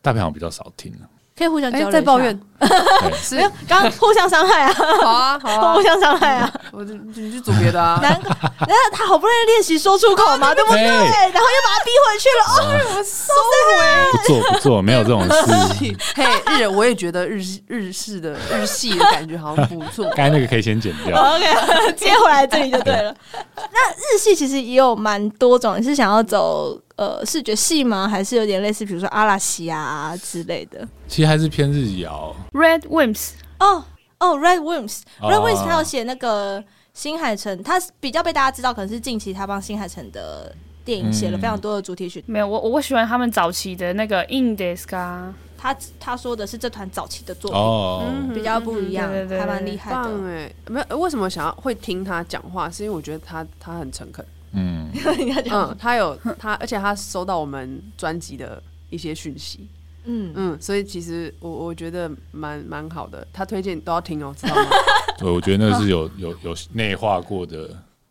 S4: 大片好像比较少听啊了，
S1: 可以互相交
S3: 哎，
S1: 流。
S3: 在抱怨，，
S4: 对
S3: 是
S1: 没有，刚刚 互相伤害啊，
S3: 好啊，好 啊
S1: 互，相伤害 啊。
S3: 我就你去组别的 啊，
S1: 难，那他好不容易练习说出口
S3: 哦
S1: 嘛，对不对？
S4: 对
S1: 然后又把他逼回去了。哦，
S4: 不做不做，没有这种事。。
S3: 嘿，日人我也觉得日系日式的日系的感觉好像不错
S4: 刚才那个可以先剪 掉。
S1: OK，接回来这里就对了。那日系其实也有蛮多种，你是想要走呃视觉系吗？还是有点类似，比如说阿拉西啊之类的？
S4: 其实还是偏日谣。
S2: Red Wimps
S1: 哦哦，Red Wimps，Red
S4: 哦
S1: Wimps 他有写那个新海诚，他比较被大家知道，可能是近期他帮新海诚的电影写了
S4: 嗯
S1: 非常多的主题曲。
S2: 没有我我我喜欢他们早期的那个 Indesk 啊，
S1: 他他说的是这团早期的作品。
S4: 哦，
S1: 比较不一样，
S2: 嗯对对对欸
S1: 还蛮厉害
S3: 棒
S1: 的。
S3: 哎、没有为什么想要会听他讲话，是因为我觉得他他很诚 恳，
S4: 嗯，
S1: 你要讲，
S3: 嗯，他有他，而且他收到我们专辑的一些讯息，
S1: 嗯，
S3: 嗯，所以其实我我觉得蛮蛮好的，他推荐你都要听哦，知道吗？
S4: 对，我觉得那是有有有内化过的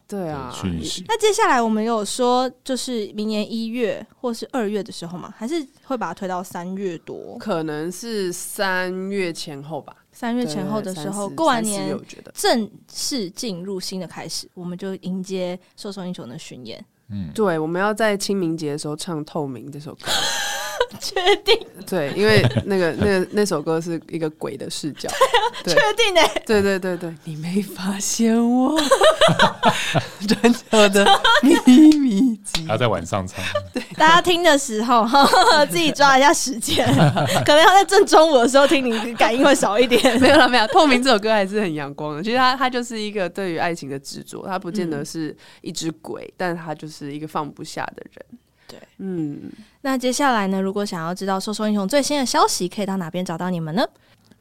S3: 对
S4: 的
S3: 啊，
S4: 讯息。
S1: 那接下来我们有说，就是明年一月或是二月的时候嘛，还是会把它推到三月多，
S3: 可能是三月前后吧，
S1: 三月前后的时候，过完年
S3: 我觉得
S1: 正式进入新的开始，我们就迎接《兽兽英雄》的巡演。
S4: 嗯，
S3: 对，我们要在清明节的时候唱《透明》这首歌，
S1: 确定，
S3: 对，因为那个那个那首歌是一个鬼的视 角，对
S1: 确定呢、欸
S3: 对对对对，你没发现 我转角的秘密基
S4: 他在晚上唱，
S1: 大家听的时候， 自己抓一下时 间，可能要在正中午的时候听，你感应会少一点。
S3: 没有了，没有。透明这首歌还是很阳光的，其实它它就是一个对于爱情的执着，它不见得是一只鬼，但它就是一个放不下的人。
S1: 对，
S3: 嗯，
S1: 那接下来呢？如果想要知道《兽兽英雄》最新的消息，可以到哪边找到你们呢？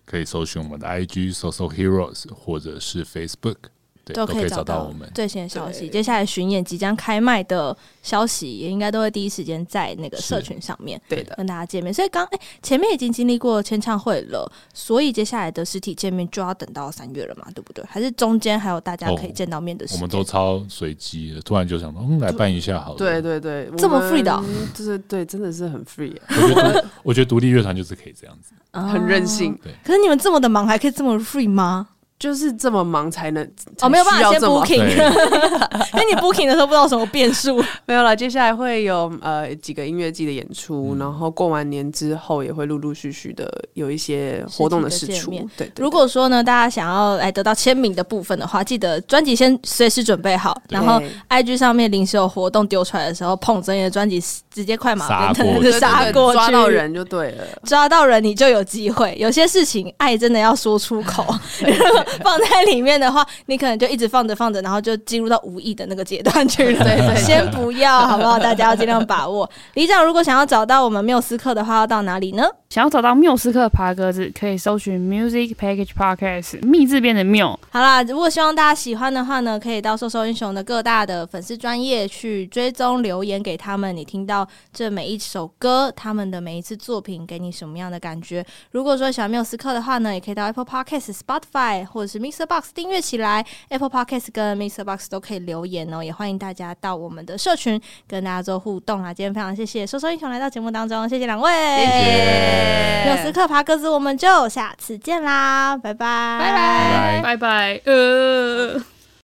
S4: 可以搜寻我们的 IG social heroes 或者是 Facebook，对，都
S1: 可
S4: 以
S1: 找
S4: 找到我们。
S1: 最新的消息。
S3: 对
S1: 接下来巡演即将开卖的消息，也应该都会第一时间在那个社群上面
S3: 对的。
S1: 跟大家见面。所以刚哎、前面已经经历过签唱会了，所以接下来的实体见面就要等到三月了嘛，对不对？还是中间还有大家可以见到面的时
S4: 哦我
S1: 间？
S4: 们都超随机的，突然就想到，嗯，来办一下好了。
S3: 对，对对，
S1: 这么
S3: 我们
S1: free 的哦
S3: 就是对，真的是很 free，耶
S4: 我觉得独，我觉得独立乐团就是可以这样子。
S1: 啊
S3: 很任性，
S1: 可是你们这么的忙，还可以这么 free 吗？
S3: 就是这么忙才能
S1: 哦，没有办
S3: 才
S1: 法
S3: 需要
S1: 先
S3: 这么
S1: booking，
S4: 对
S1: 因为你 booking 的时候不知道什么变数。
S3: 没有了。接下来会有呃几个音乐季的演出，然后过完年之后也会陆陆续续的有一些活动的
S1: 实
S3: 事
S1: 体的见
S3: 出。对
S1: 面
S3: 对 对
S1: 如果说呢，大家想要来得到签名的部分的话，记得专辑先随时准备好，然后
S3: 对
S1: IG 上面临时有活动丢出来的时候，捧着你的专辑直接快马奔
S4: 杀过
S1: 腾
S4: 去
S1: 的
S3: 对对
S1: 杀
S3: 对
S1: 过去，
S3: 抓到，人就对了。
S1: 抓到人你就有机会。有些事情爱真的要说出 口，如果放在里面的话，你可能就一直放着放着，然后就进入到无意的那个阶段去了。
S3: 对对对
S1: 先不要好不好？大家要尽量把握。李长如果想要找到我们缪斯克的话，要到哪里呢？
S2: 想要找到缪斯克爬格子，可以搜寻 Music Package Podcast 密字边的缪。
S1: 好啦，如果希望大家喜欢的话呢，可以到瘦瘦英雄的各大的粉丝专业去追踪留言给他们，你听到这每一首歌，他们的每一次作品给你什么样的感觉？如果说喜欢缪斯克的话呢，也可以到 Apple Podcast、Spotify 或者是 Mixer Box 订阅起来，Apple Podcast 跟 Mixer Box 都可以留言哦，也欢迎大家到我们的社群跟大家做互动啊。今天非常谢谢瘦瘦英雄来到节目当中，谢谢两位，
S4: 谢
S1: 缪斯克爬格子，我们就下次见啦，拜拜，拜
S4: 拜拜
S2: 拜拜，呃。